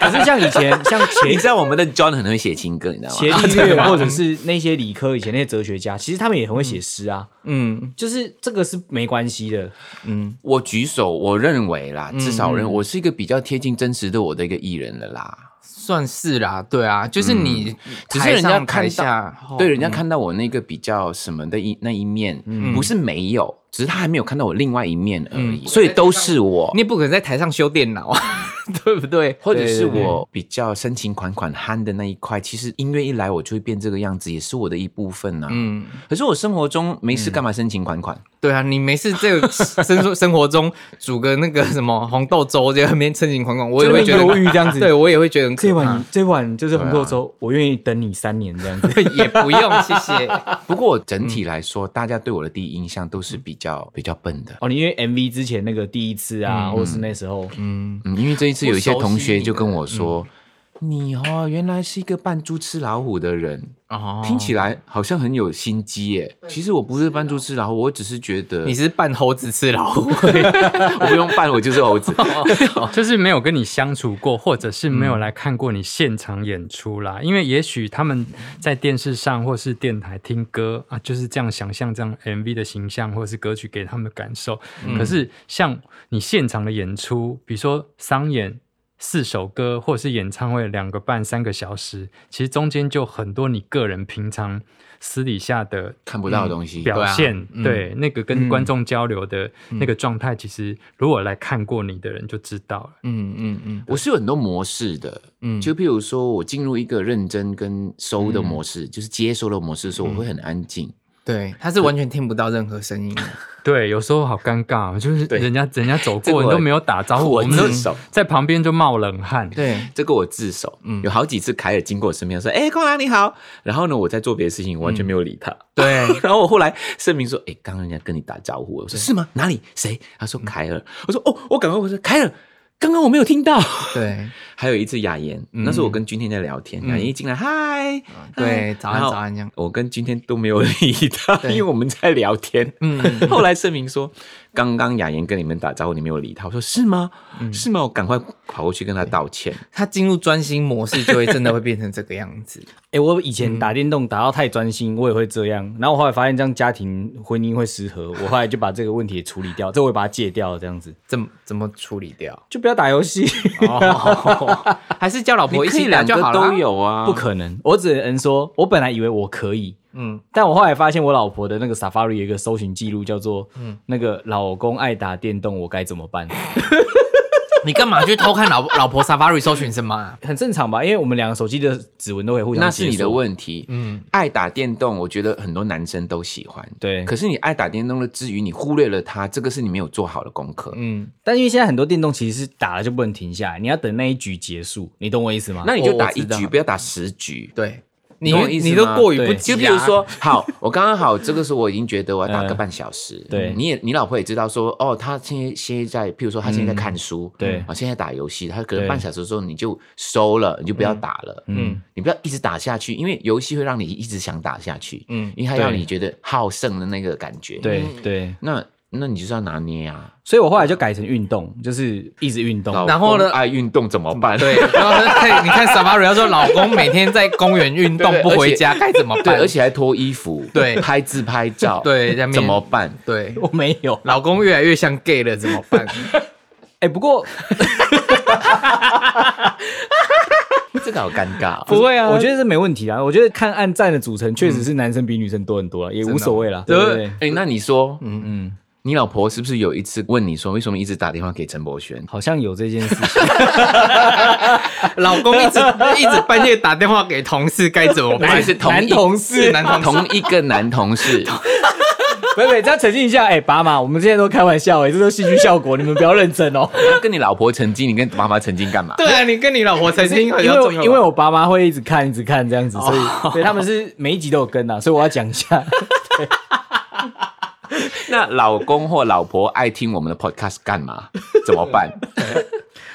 Speaker 3: 可是像以前像
Speaker 2: 你
Speaker 3: 前
Speaker 2: 知道我们的 John 很会写情歌，你知道
Speaker 3: 伽
Speaker 2: 吗？
Speaker 3: 利略或者是那些理科以前那些哲学家，其实他们也很会写诗啊，
Speaker 1: 嗯
Speaker 3: 就是这个是没关系的。
Speaker 1: 嗯，
Speaker 2: 我举手，我认为啦，至少我认我是一个比较贴近真实的我的一个艺人了啦。
Speaker 1: 算是啦，对啊，就是你
Speaker 2: 嗯只是
Speaker 1: 台
Speaker 2: 人家
Speaker 1: 上台
Speaker 2: 看
Speaker 1: 下
Speaker 2: 到，哦对人家看到我那个比较什么的一那一面，不是没有，只是他还没有看到我另外一面而已，所以都是我
Speaker 1: 你。也不可能在台上修电脑啊， 对不对？
Speaker 2: 或者是我比较深情款款憨的那一块，其实音乐一来我就会变这个样子，也是我的一部分呐、
Speaker 1: 嗯，
Speaker 2: 可是我生活中没事干嘛深情款款？
Speaker 1: 对啊，你没事这个生活 生活中煮个那个什么红豆粥，在那边深情款款，我也会觉得
Speaker 3: 就那边忧郁这样子
Speaker 1: 对我也会觉得很啊
Speaker 3: 这
Speaker 1: 可
Speaker 3: 碗、
Speaker 1: 怕。
Speaker 3: 这碗就是红豆粥，我愿意等你三年这样子。
Speaker 1: 也不用，谢谢。
Speaker 2: 不过整体来说，大家对我的第一印象都是比较比较笨的。
Speaker 3: 哦，你因为 MV 之前那个第一次啊，
Speaker 2: 嗯
Speaker 3: 或是那时候，
Speaker 1: 嗯，
Speaker 2: 嗯，因为这一次有一些
Speaker 1: 不熟悉嗯
Speaker 2: 同学就跟我说：“你哦，原来是一个扮猪吃老虎的人，
Speaker 1: 哦，
Speaker 2: 听起来好像很有心机耶。”其实我不是扮猪吃老虎，我只是觉得
Speaker 1: 你是扮猴子吃老 虎，
Speaker 2: 我不用扮，我就是 猴子。
Speaker 4: 就是没有跟你相处过，或者是没有来看过你现场演出啦。
Speaker 2: 嗯
Speaker 4: 因为也许他们在电视上或是电台听歌啊，就是这样想象这样 MV 的形象或是歌曲给他们的感受。
Speaker 2: 嗯
Speaker 4: 可是像你现场的演出，比如说商演。四首歌，或者是演唱会两个半三个小时，其实中间就很多你个人平常私底下的
Speaker 2: 看不到的东西，啊
Speaker 4: 表现，对,、
Speaker 1: 嗯
Speaker 4: 那个跟观众交流的那个状态，其实如果来看过你的人就知道了。
Speaker 1: 嗯嗯嗯
Speaker 2: 我是有很多模式的。
Speaker 1: 嗯
Speaker 2: 就譬如说我进入一个认真跟收的模式，
Speaker 1: 嗯
Speaker 2: 就是接收的模式的时候，我会很安静。
Speaker 1: 对，他是完全听不到任何声音的，
Speaker 4: 对，有时候好尴尬哦，就是
Speaker 2: 对
Speaker 4: 人家人家走
Speaker 2: 这个
Speaker 4: 过，
Speaker 2: 我
Speaker 4: 你都没有打招呼，
Speaker 2: 我
Speaker 4: 我们都
Speaker 1: 嗯
Speaker 2: 自首
Speaker 4: 在旁边就冒冷汗。
Speaker 1: 对，
Speaker 2: 这个我自首，
Speaker 1: 嗯
Speaker 2: 有好几次凯尔经过我身边说：“哎、光良你好。”然后呢，我在做别的
Speaker 1: 嗯
Speaker 2: 事情，我完全没有理他。
Speaker 1: 对
Speaker 2: 然后我后来声明说：“哎、刚刚人家跟你打招呼。”我说：“是吗？哪里？谁？”他说：“凯尔。我说：“哦，我赶快我说凯尔，刚刚我没有听到。
Speaker 1: 对”
Speaker 2: 还有一次雅妍，
Speaker 1: 嗯
Speaker 2: 那时候我跟君天在聊天，雅妍一进来，嗨，
Speaker 1: 啊对
Speaker 2: 嗨，
Speaker 1: 早安
Speaker 2: 然后
Speaker 1: 早安这样
Speaker 2: 我跟君天都没有理他，
Speaker 1: 对
Speaker 2: 因为我们在聊天。
Speaker 1: 嗯
Speaker 2: 后来声明说，刚刚雅妍跟你们打招呼，你没有理他。我说是吗？
Speaker 1: 嗯
Speaker 2: 是吗？我赶快跑过去跟他道歉。
Speaker 1: 他进入专心模式就会真的会变成这个样子。
Speaker 3: 哎、我以前打电动打到太专
Speaker 2: 嗯
Speaker 3: 心，我也会这样。然后我后来发现这样家庭婚姻会失和，我后来就把这个问题也处理 掉，这我也把它戒掉了，这样子
Speaker 1: 怎么怎么处理掉？
Speaker 3: 就不要打游戏。
Speaker 2: 哦
Speaker 1: 还是叫老
Speaker 2: 你
Speaker 1: 婆一
Speaker 2: 可以
Speaker 1: 起
Speaker 2: 两
Speaker 1: 打就
Speaker 2: 个
Speaker 1: 好了。
Speaker 2: 都，有啊，
Speaker 3: 不可能，我只能说，我本来以为我可以，
Speaker 1: 嗯，
Speaker 3: 但我后来发现我老婆的那个 Safari 有一个搜寻记录，叫做“
Speaker 2: 嗯
Speaker 3: 那个老公爱打电动，我该怎么办
Speaker 1: 你干嘛去偷看老老婆 Safari 搜寻什么啊？”，
Speaker 3: 很正常吧？因为我们两个手机的指纹都可以互相
Speaker 2: 那是你
Speaker 3: 解
Speaker 2: 的
Speaker 3: 锁，
Speaker 2: 问题。嗯，爱打电动，我觉得很多男生都喜欢。
Speaker 3: 对
Speaker 2: 可是你爱打电动的之余，你忽略了他，这个是你没有做好的功课。
Speaker 1: 嗯，
Speaker 3: 但因为现在很多电动其实是打了就不能停下来，你要等那一局结束，你懂我意思吗？
Speaker 2: 那你就打一
Speaker 1: 哦我知
Speaker 2: 局，
Speaker 1: 道
Speaker 2: 不要打十局。
Speaker 1: 对，你
Speaker 2: 懂我意思
Speaker 1: 你都
Speaker 2: 吗
Speaker 1: 过于不
Speaker 3: 对
Speaker 1: 及
Speaker 2: 就
Speaker 1: 啊
Speaker 2: 比如， 说，好，我刚刚好，这个时候我已经觉得我要打个
Speaker 3: 嗯
Speaker 2: 半小时。
Speaker 3: 对
Speaker 2: 你也你老婆也知道说，哦，她现在现在，譬如说她现
Speaker 1: 嗯
Speaker 2: 在在看书，
Speaker 3: 对
Speaker 2: 啊，现在打游戏，她可能
Speaker 3: 对
Speaker 2: 半小时之后你就收了，你就不要打了，嗯
Speaker 1: 嗯，
Speaker 2: 你不要一直打下去，因为游戏会让你一直想打下去，嗯
Speaker 1: 嗯，
Speaker 2: 因为它让
Speaker 3: 对
Speaker 2: 你觉得好胜的那个感觉，，
Speaker 3: 对对，
Speaker 2: 那那你就是要拿捏啊，
Speaker 3: 所以我后来就改成运动，就是一直运动。
Speaker 2: 老
Speaker 1: 然后呢
Speaker 2: 公爱运动怎么办？
Speaker 1: 对，然后看你看 Safari 要说老公每天在公园运 动
Speaker 2: 对
Speaker 1: 不
Speaker 2: 而且
Speaker 1: 回家该怎么
Speaker 2: 对，
Speaker 1: 办？
Speaker 2: 而且还脱衣服，
Speaker 1: 对
Speaker 2: 拍自拍照，
Speaker 1: 对在那边
Speaker 2: 怎么办？
Speaker 1: 对，
Speaker 3: 我没 有，
Speaker 1: 老公越来越像 gay 了，怎么办？
Speaker 3: 哎、不过
Speaker 2: 这个好尴尬哦，
Speaker 1: 会
Speaker 3: 我觉得是没问题啦。我觉得看啊暗战的组成确实是男生比女生多很多啊，也无所谓啦，对不
Speaker 1: 对
Speaker 3: 对？
Speaker 2: 哎，那你说，嗯嗯，你老婆是不是有一次问你说，为什么一直打电话给陈柏轩？
Speaker 3: 好像有这件事情，
Speaker 1: 老公一直一直半夜打电话给同事，该怎么
Speaker 2: 还
Speaker 1: 办？
Speaker 2: 是同一
Speaker 3: 男同事
Speaker 1: 男
Speaker 2: 同一个男同事？
Speaker 3: 不不，这样澄清一下，哎、爸妈，我们现在都开玩笑、哎，这都是戏剧效果，你们不要认真哦。
Speaker 2: 他跟你老婆澄清，你跟妈妈澄清干嘛？
Speaker 1: 对啊，你跟你老婆曾经很
Speaker 3: 因为
Speaker 1: 重
Speaker 3: 我
Speaker 1: 要吧，
Speaker 3: 因为我爸妈会一直看一直看这样子，所以、对他们是每一集都有跟啊，所以我要讲一下。
Speaker 2: 那老公或老婆爱听我们的 podcast 干嘛？怎么办？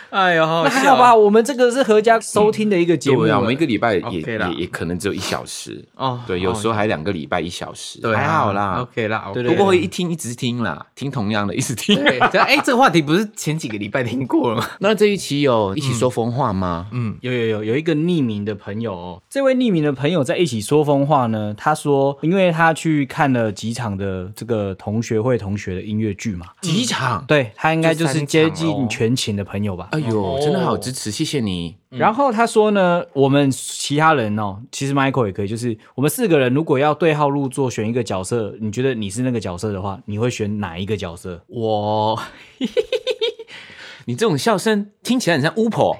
Speaker 1: 哎呦，好
Speaker 3: 那
Speaker 1: 好
Speaker 3: 还
Speaker 1: 笑
Speaker 3: 好吧，
Speaker 1: 啊
Speaker 3: 我们这个是合家收听的一个节目、
Speaker 2: 对啊，我们一个礼拜也
Speaker 1: OK 啦
Speaker 2: 也也可能只有一小时
Speaker 1: 哦
Speaker 2: 对，有时候还两个礼拜一小时，
Speaker 1: 对啊，
Speaker 2: 还好啦。
Speaker 1: ，OK 啦，
Speaker 3: 对
Speaker 2: 不
Speaker 3: 对
Speaker 2: 过会一听一直听啦，听同样的一直听。
Speaker 1: 对，这哎，这个话题不是前几个礼拜听过了吗？
Speaker 2: 那这一期有 一起说疯话吗？
Speaker 1: 嗯，
Speaker 3: 有有有有一个匿名的朋友、哦，这位匿名的朋友在一起说疯话呢。他说，因为他去看了几场的这个同学会同学的音乐剧嘛，
Speaker 2: 几场？
Speaker 3: 对他应该就是接
Speaker 1: 就三场
Speaker 3: 近
Speaker 1: 咯
Speaker 3: 全勤的朋友吧。
Speaker 2: 哎呦，真的好支持，谢谢你。
Speaker 3: 然后他说呢，我们其他人哦，其实 Michael 也可以，就是我们四个人如果要对号入座选一个角色，你觉得你是那个角色的话，你会选哪一个角色？
Speaker 1: 我
Speaker 2: 你这种笑声听起来很像巫婆。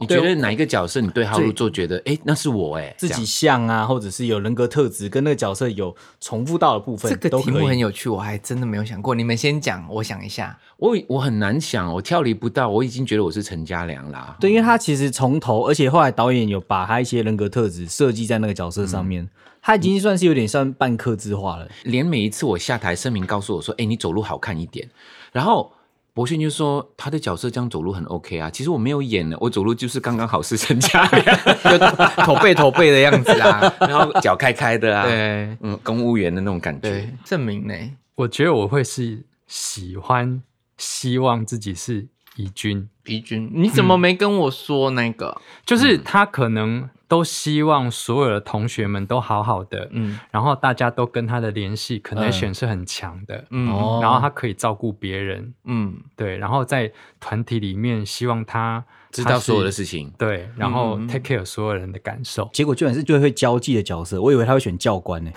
Speaker 2: 你觉得哪一个角色你对号入座？觉得哎，那是我哎，
Speaker 3: 自
Speaker 2: 这
Speaker 3: 己
Speaker 2: 样
Speaker 3: 像啊，或者是有人格特质跟那个角色有重复到的部分，
Speaker 1: 这个
Speaker 3: 都
Speaker 1: 题
Speaker 3: 可
Speaker 1: 目很
Speaker 3: 以。
Speaker 1: 有趣，我还真的没有想过。你们先讲，我想一 下。
Speaker 2: 我我很难想，我跳离不到，我已经觉得我是陈家良啦。
Speaker 3: 对，因为他其实从头，而且后来导演有把他一些人格特质设计在那个角色
Speaker 1: 嗯
Speaker 3: 上面，他已经算是有点像半克制化了。
Speaker 2: 连每一次我下台声明告诉我说：“哎、你走路好看一点。”然后博轩就说：“他的角色这样走路很 OK 啊。”其实我没有演呢，我走路就是刚刚好是陈家良，
Speaker 1: 就驼背驼背的样子啦。
Speaker 2: 然后脚开开的 啊，
Speaker 1: 对
Speaker 2: 嗯，公务员的那种感觉
Speaker 1: 对。，证明呢？
Speaker 4: 我觉得我会是喜欢，希望自己是怡君，
Speaker 1: 怡君，你怎么没跟我说那个？
Speaker 4: 就是他可能都希望所有的同学们都好好的，
Speaker 1: 嗯
Speaker 4: 然后大家都跟他的联系 connection
Speaker 3: 嗯
Speaker 4: 是很强的，
Speaker 1: 嗯
Speaker 3: 哦
Speaker 4: 然后他可以照顾别人，
Speaker 1: 嗯，
Speaker 4: 对，然后在团体里面希望他
Speaker 2: 知道所有的，
Speaker 4: 他是
Speaker 2: 事情，
Speaker 4: 对，然后
Speaker 1: 嗯嗯嗯
Speaker 4: take care 所有人的感受。
Speaker 3: 结果居然是最会交际的角色，我以为他会选教官呢、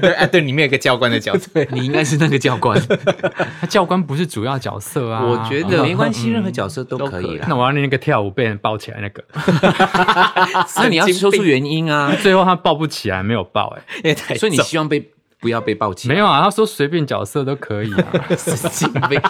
Speaker 1: 对啊，对，里面有个教官的角色。
Speaker 2: 你应该是那个教官。
Speaker 4: 他教官不是主要角色啊，
Speaker 1: 我觉得
Speaker 2: 没关系，
Speaker 1: 嗯
Speaker 2: 任何角色都可
Speaker 1: 都
Speaker 2: 以
Speaker 1: 可以
Speaker 2: 啦。
Speaker 4: 那我要那个跳舞被人抱起来那个，
Speaker 2: 那你要说出原因啊。
Speaker 4: 最后他抱不起来，没有抱、 欸，哎，
Speaker 1: 也太
Speaker 2: 所以你希望被不要被抱起
Speaker 4: 没有啊，他说随便角色都可以啊，
Speaker 1: 神经病。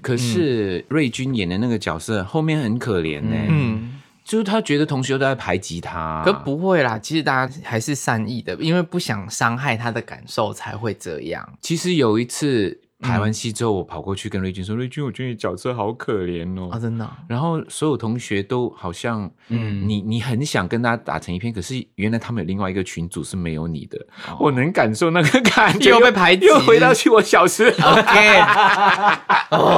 Speaker 2: 可是瑞君演的那个角色后面很可怜呢、
Speaker 1: 嗯，
Speaker 2: 就是他觉得同学都在排挤他、
Speaker 1: 可不会啦，其实大家还是善意的，因为不想伤害他的感受才会这样。
Speaker 2: 其实有一次排完戏之后，我跑过去跟瑞君说：“瑞君，我觉得你角色好可怜哦。
Speaker 1: 哦，真的哦、
Speaker 2: 然后所有同学都好像，嗯，你你很想跟他打成一片，可是原来他们有另外一个群组是没有你的，我能感受那个感觉，
Speaker 1: 又被排挤
Speaker 2: 又回到去我小时候。
Speaker 1: OK，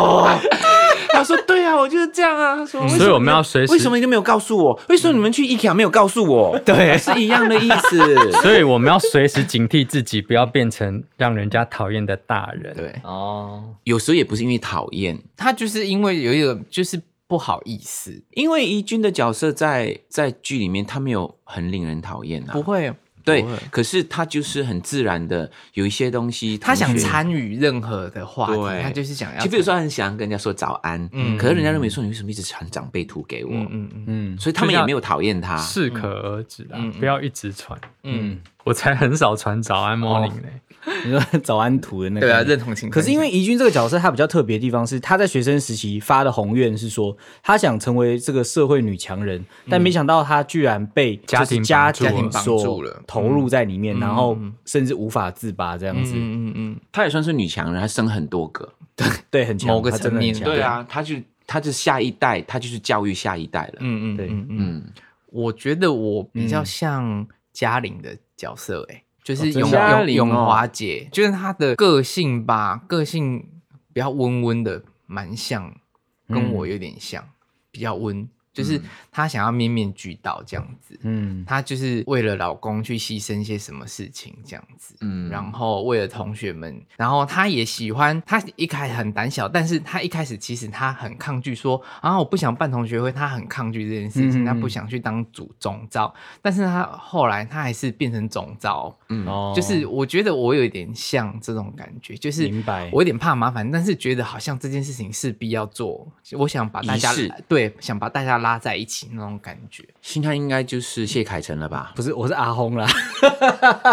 Speaker 2: 他说：“对啊，我就是这样啊。”他说：“为什
Speaker 4: 所以
Speaker 2: 么
Speaker 4: 我们要随时
Speaker 2: 为什么你都没有告诉我？为什么你们去 IKEA 没有告诉我？对，是一样的意思。
Speaker 4: 所以我们要随时警惕自己，不要变成让人家讨厌的大人。
Speaker 1: 对
Speaker 3: 哦，
Speaker 2: 有时候也不是因为讨厌，
Speaker 1: 他就是因为有一个就是不好意思，
Speaker 2: 因为怡君的角色在在剧里面，他没有很令人讨厌啊，
Speaker 1: 不会，
Speaker 2: 对
Speaker 1: 不会，
Speaker 2: 可是他就是很自然的有一些东西，
Speaker 1: 他想
Speaker 2: 同学。
Speaker 1: 参与任何的话
Speaker 2: 对
Speaker 1: 题，他就是想要。
Speaker 2: 其实比如说他很想跟人家说早安，
Speaker 1: 嗯
Speaker 2: 可是人家认为说你为什么一直传长辈图给我，
Speaker 1: 嗯，嗯嗯
Speaker 3: 嗯，
Speaker 2: 所以他们也没有讨厌他。
Speaker 4: 适可而止啦，
Speaker 1: 啊嗯嗯
Speaker 4: 不要一直传。
Speaker 1: 嗯，
Speaker 4: 我才很少传早安
Speaker 1: 哦
Speaker 4: morning 嘞、
Speaker 3: 你说 早安图的那个，
Speaker 1: 对啊，认同情感。
Speaker 3: 可是因为怡君这个角色，她比较特别的地方是，她在学生时期发的宏愿是说，她想成为这个社会女强人，但没想到她居然被
Speaker 4: 家
Speaker 3: 就是
Speaker 4: 庭
Speaker 3: 家
Speaker 4: 绑
Speaker 3: 庭
Speaker 4: 住了
Speaker 1: 家庭绑住
Speaker 3: 所
Speaker 1: 了
Speaker 3: 投入在里面，
Speaker 1: 嗯
Speaker 3: 然后甚至无法自拔这样子。
Speaker 1: 嗯嗯嗯
Speaker 2: 他也算是女强人，她生很多个。
Speaker 3: 对，很强，
Speaker 1: 某个
Speaker 3: 她真的
Speaker 1: 层面
Speaker 3: 很强
Speaker 1: 对，
Speaker 2: 啊，她就她就下一代，她就是教育下一代了。
Speaker 1: 嗯嗯，
Speaker 3: 对
Speaker 1: 嗯嗯，
Speaker 2: 嗯，
Speaker 1: 我觉得我比较像嘉玲的角色，哎，就是
Speaker 3: 哦真
Speaker 1: 永
Speaker 3: 的
Speaker 2: 嘉
Speaker 1: 永
Speaker 2: 玲
Speaker 1: 永
Speaker 2: 哦
Speaker 1: 华姐，就是她的个性吧，个
Speaker 3: 嗯
Speaker 1: 性比较温温的，蛮像，跟我有点像，比较温。就是她想要面面俱到这样子。
Speaker 3: 嗯，
Speaker 1: 她就是为了老公去牺牲一些什么事情这样子，
Speaker 2: 嗯
Speaker 1: 然后为了同学们，然后她也喜欢，她一开始很胆小，但是她一开始其实她很抗拒说啊我不想办同学会，她很抗拒这件事
Speaker 3: 嗯嗯
Speaker 1: 情，
Speaker 3: 嗯
Speaker 1: 她不想去当主总召，但是她后来她还是变成总召，
Speaker 2: 嗯
Speaker 3: 哦
Speaker 1: 就是我觉得我有点像这种感觉，就是
Speaker 3: 明白
Speaker 1: 我有点怕麻烦，但是觉得好像这件事情势必要做，我想把大家
Speaker 2: 仪式
Speaker 1: 对想把大家拉在一起那种感觉。
Speaker 2: 心态应该就是谢凯成了吧？
Speaker 3: 不是，我是阿轰啦，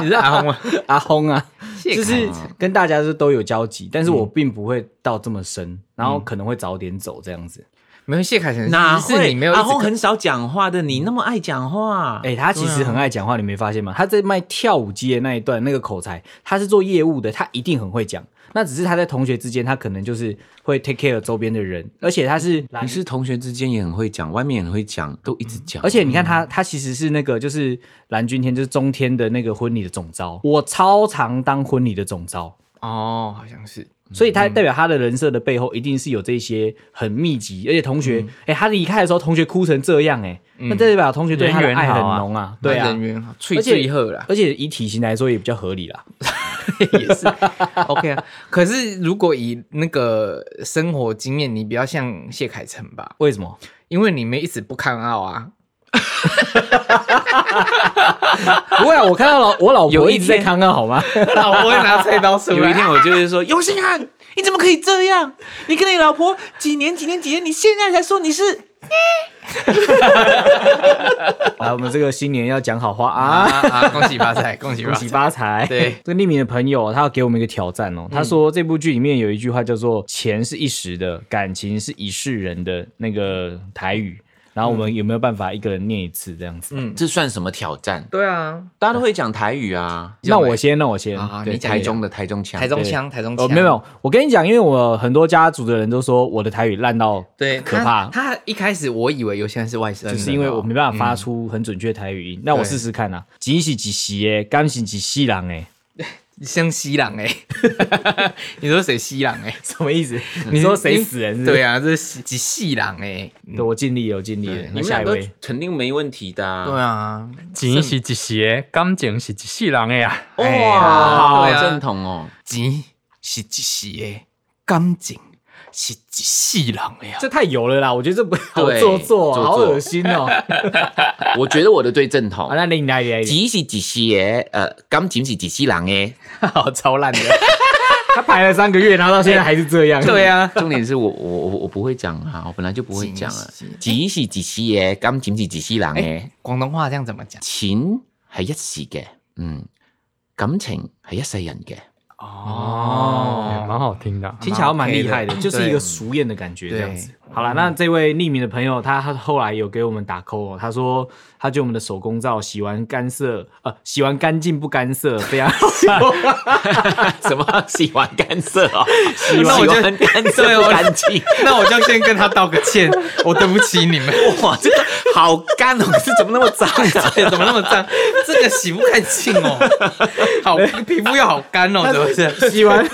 Speaker 1: 你是阿红吗？
Speaker 3: 阿轰啊，就
Speaker 1: 就是是
Speaker 3: 跟大家是都有交集，但是我并不会到这么深，然后可能会早点走这样子。
Speaker 1: 没有谢凯成，
Speaker 2: 哪
Speaker 1: 是
Speaker 2: 嗯会？啊
Speaker 1: 你没有一直
Speaker 2: 阿红很少讲话的，你那么爱讲话，
Speaker 3: 哎、他其实
Speaker 4: 啊
Speaker 3: 很爱讲话，你没发现吗？他在卖跳舞机的那一段那个口才，他是做业务的，他一定很会讲。那只是他在同学之间，他可能就是会 take care 周边的人，而且他是
Speaker 2: 你是同学之间也很会讲，外面也很会讲，都一直讲。
Speaker 3: 而且你看他，他其实是那个就是蓝钧天，就是中天的那个婚礼的总招。我超常当婚礼的总招，
Speaker 1: 哦，好像是
Speaker 4: 嗯
Speaker 3: 所以他代表他的人设的背后一定是有这些很密集，而且同学，
Speaker 4: 嗯
Speaker 3: 哎、他离开的时候同学哭成这样、哎、那代表同学对他的
Speaker 4: 人缘
Speaker 3: 爱
Speaker 4: 好啊
Speaker 3: 很浓啊，对啊
Speaker 1: 人。缘好，脆
Speaker 3: 而且
Speaker 1: 脆喝啦，
Speaker 3: 而且以体型来说也比较合理啦。
Speaker 1: 也是 OK 啊。可是如果以那个生活经验，你比较像谢凯成吧，
Speaker 3: 为什么？
Speaker 1: 因为你们一直不看奥 啊。
Speaker 3: 不会啊，我看到老我老
Speaker 2: 有
Speaker 3: 婆
Speaker 2: 一
Speaker 3: 一直在
Speaker 2: 天
Speaker 3: 康康好吗？
Speaker 1: 老婆会拿菜刀出
Speaker 2: 有一
Speaker 1: 来，
Speaker 2: 天我就会说：“尤星汉， 你怎么可以这样？你跟你老婆 几年几年几年，你现在才说你是
Speaker 3: 来，我们这个新年要讲好话啊！
Speaker 1: 啊啊！恭喜发财， 恭喜
Speaker 3: 恭
Speaker 1: 发
Speaker 3: 喜
Speaker 1: 财！
Speaker 3: 发财！
Speaker 1: 对，
Speaker 3: 这个匿名的朋友，他要给我们一个挑战哦。
Speaker 2: 嗯
Speaker 3: 他说这部剧里面有一句话叫做“钱是一时的，感情是一世人”的那个台语，然后我们有没有办法一个人念一次这样子？
Speaker 1: 嗯，
Speaker 2: 这算什么挑战？
Speaker 1: 对啊，
Speaker 2: 大家都会讲台语啊，
Speaker 3: 那我先，那我先
Speaker 1: 好好，
Speaker 3: 对
Speaker 1: 你讲
Speaker 2: 台中的台中腔，
Speaker 1: 台中腔，台中
Speaker 3: 哦，
Speaker 1: 腔，
Speaker 3: 没有没有，我跟你讲，因为我很多家族的人都说我的台语烂到
Speaker 1: 对，
Speaker 3: 可怕，
Speaker 1: 他他一开始我以为有些人是外省人
Speaker 3: 就
Speaker 1: 哦，
Speaker 3: 是因为我 没办法发出很准确的台语音。那我
Speaker 1: 对
Speaker 3: 试试看啊，几喜几喜耶，干喜几喜郎哎，
Speaker 1: 像西朗哎，你说谁西朗哎？
Speaker 3: 什么意思？你说谁死人是不是？
Speaker 1: 对啊，这是西几西朗哎，
Speaker 3: 对，我尽力了，我尽力了
Speaker 2: 对。
Speaker 3: 那
Speaker 2: 你们
Speaker 3: 下
Speaker 2: 两
Speaker 3: 一
Speaker 2: 个
Speaker 3: 位，
Speaker 2: 肯定没问题的、啊。
Speaker 1: 对啊，
Speaker 4: 钱是一时的，感情是一世人的啊呀。
Speaker 1: 哎
Speaker 2: 哇，
Speaker 1: 呀
Speaker 2: 好
Speaker 1: 对啊
Speaker 2: 正统哦。
Speaker 1: 钱是一时的，感情是一世人的啊呀。
Speaker 3: 这太油了啦！我觉得这不好
Speaker 2: 对
Speaker 3: 做
Speaker 2: 做
Speaker 3: 作，
Speaker 2: 作
Speaker 3: 好恶心哦。好，
Speaker 2: 我觉得我的最正统。
Speaker 3: 那你来，你来，
Speaker 2: 几是几世的，呃，感情是几世人的。
Speaker 1: 好超烂的，
Speaker 3: 他排了三个月，然后到现在还是这样。
Speaker 1: 对啊，
Speaker 2: 重点是我我我我不会讲啊，我本来就不会讲啊
Speaker 1: 几世。
Speaker 2: 几是几世的，感情是几世人的
Speaker 1: 哎。广东话这样怎么讲？
Speaker 2: 钱係一時嘅，嗯，感情係一世人嘅。
Speaker 4: 哎
Speaker 1: 哦
Speaker 4: 蛮好听的啊。
Speaker 3: 听起来蛮厉害的，
Speaker 1: 蛮 OK
Speaker 3: 就
Speaker 1: 的
Speaker 3: 是一个熟宴的感觉这
Speaker 1: 对
Speaker 3: 样子。好了，那这位匿名的朋友，他他后来有给我们打 call，哦他说他觉得我们的手工皂洗完干涩，呃，洗完干净不干涩，非常
Speaker 2: 什么喜欢干涉啊？喜
Speaker 1: 那我就
Speaker 2: 欢干
Speaker 1: 对
Speaker 2: 涉
Speaker 1: 我
Speaker 2: 不干净。
Speaker 1: 那我就先跟他道个歉，我对不起你们。
Speaker 2: 哇，这个好 干哦！可是怎么那么脏啊？
Speaker 1: 对，怎么那么 脏？这个洗不干净哦， 好皮肤又好干哦，是不是？
Speaker 3: 洗完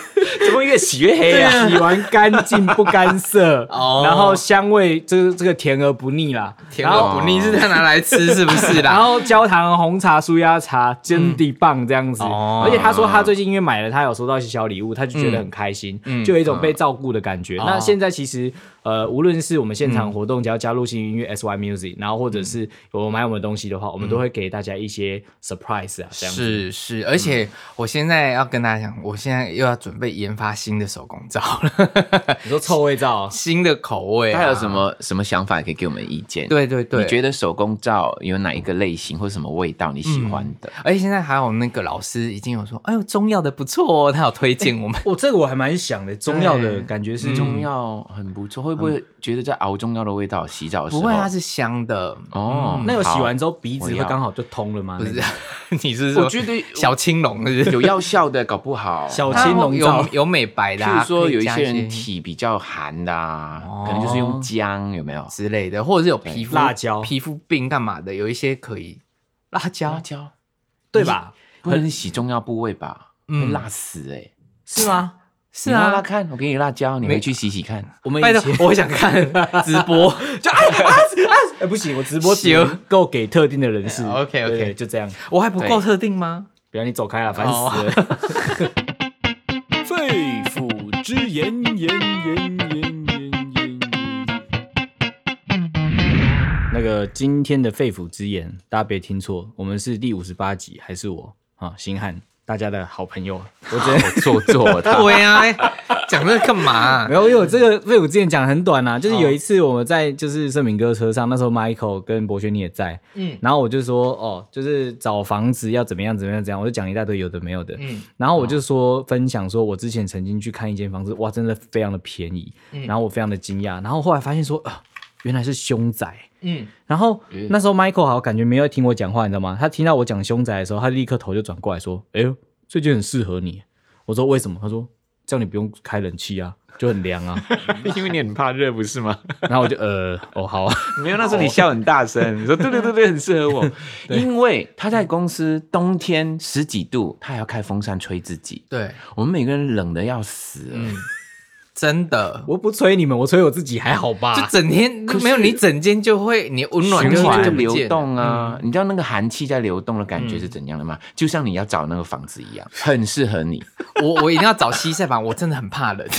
Speaker 2: 怎么越洗越黑啊？
Speaker 3: 洗完干净不干 涩，
Speaker 1: 哦
Speaker 3: 然后香味这这个甜而不腻 啦，
Speaker 1: 甜而不腻是他拿来吃，是不是
Speaker 3: 然
Speaker 1: 啦？
Speaker 3: 后焦糖红茶、舒压茶、真的棒这样子。
Speaker 1: 哦
Speaker 3: 而且他说他最近因为买了，他有收到一些小礼物，他就觉得很开心，
Speaker 1: 嗯
Speaker 3: 就有一种被照顾的感觉。那现在其实呃，无论是我们现场活动，只要加入新音乐 SY Music，然后或者是有买我们的东西的话，我们都会给大家一些 surprise 啊，这样子。
Speaker 1: 是是，而且我现在要跟大家讲，我现在又要准备研发新的手工皂 了，
Speaker 3: 你说臭味啊皂，
Speaker 1: 新的口味、啊
Speaker 2: 大家有什？么什么想法可以给我们意见？，
Speaker 1: 对对对，
Speaker 2: 你觉得手工皂有哪一个类型或者什么味道你喜欢的？
Speaker 1: 而且现在还有那个老师已经有说，哎呦，中药的不错哦，他有推荐我们。
Speaker 3: 我、哦这个我还蛮想的，中药的感觉
Speaker 1: 嗯
Speaker 3: 是
Speaker 2: 中药很不错，会不会觉得在熬中药的味道？洗澡的时
Speaker 1: 不
Speaker 2: 候
Speaker 1: 会，啊嗯它是香的，
Speaker 2: 哦，
Speaker 3: 那有洗完
Speaker 2: 好
Speaker 3: 之后鼻子
Speaker 2: 我
Speaker 3: 会
Speaker 2: 要
Speaker 3: 刚好就通了吗？
Speaker 1: 不
Speaker 3: 那
Speaker 1: 是
Speaker 3: 个？
Speaker 1: 你是
Speaker 2: 我
Speaker 1: 说
Speaker 2: 觉得
Speaker 1: 小青龙是不是？
Speaker 2: 有药效的，搞不好
Speaker 3: 小
Speaker 1: 它
Speaker 3: 青龙皂
Speaker 1: 有有美白的、
Speaker 2: 譬
Speaker 1: 啊，
Speaker 2: 如说
Speaker 1: 可以
Speaker 2: 有一
Speaker 1: 加
Speaker 2: 些人
Speaker 1: 一
Speaker 2: 体比较寒的、啊，可能就是用姜，有没有？
Speaker 1: 之类的，或者是有皮肤
Speaker 3: 辣椒
Speaker 1: 皮肤病干嘛的，有一些可以辣椒
Speaker 2: 辣，椒
Speaker 3: 对吧？
Speaker 2: 不能洗重要部位吧？
Speaker 1: 嗯
Speaker 2: 会辣死哎、
Speaker 3: 是吗？
Speaker 1: 是
Speaker 2: 你拉
Speaker 1: 啊
Speaker 2: 拉，看，我给你辣椒，你回去洗洗看。
Speaker 3: 我们
Speaker 1: 拜
Speaker 3: 以
Speaker 1: 托
Speaker 3: 前，
Speaker 1: 我想 看直播，就哎啊啊！
Speaker 3: 哎不行，我直播只能够给特定的人士。
Speaker 1: 哎，OK，OK
Speaker 3: 对对就这样，
Speaker 1: 我还不
Speaker 2: 对
Speaker 1: 够特定吗？
Speaker 3: 不要你走开了，啊烦死了。
Speaker 5: 肺腑之言，言言言言言言。
Speaker 3: 那个今天的肺腑之言，大家别听错，我们是第五十八集，还是我啊，星汉，大家的好朋友。我只能
Speaker 2: 我做 作的，
Speaker 1: 对呀，哎讲这个干 嘛啊
Speaker 3: 没？有，因为我这个被我之前讲得很短啦、就是有一次我们在就是盛明哥车上，那时候 Michael 跟博轩你也在，
Speaker 1: 嗯
Speaker 3: 然后我就说哦，就是找房子要怎么样怎么样怎样，我就讲一大堆有的没有的，
Speaker 1: 嗯
Speaker 3: 然后我就说、分享说我之前曾经去看一间房子，哇，真的非常的便宜，
Speaker 1: 嗯
Speaker 3: 然后我非常的惊讶，然后后来发现说呃，原来是凶宅。
Speaker 1: 嗯，
Speaker 3: 然后那时候 Michael 好像感觉没有听我讲话，你知道吗？他听到我讲凶宅的时候，他立刻头就转过来说：“哎呦，最近很适合你。”我说：“为什么？”他说：“这样你不用开冷气啊，就很凉啊。
Speaker 2: 因为你很怕热，不是吗？”
Speaker 3: 然后我就呃，哦好 啊，
Speaker 2: 没有，那时候你笑很大声，你说对对对 对，很适合我。因为他在公司冬天十几度，他还要开风扇吹自己，
Speaker 1: 对，
Speaker 2: 我们每个人冷的要死欸了。
Speaker 1: 嗯，真的，
Speaker 3: 我不催你们，我催我自己还好吧？
Speaker 1: 就整天没有你，整间就会你温暖就
Speaker 2: 循
Speaker 1: 会
Speaker 2: 环
Speaker 1: 就不
Speaker 2: 流
Speaker 1: 见
Speaker 2: 动啊，你知道那个寒气在流动的感觉是怎样的吗？就像你要找那个房子 一样，很适合你。
Speaker 1: 我我一定要找西晒房，我真的很怕 冷。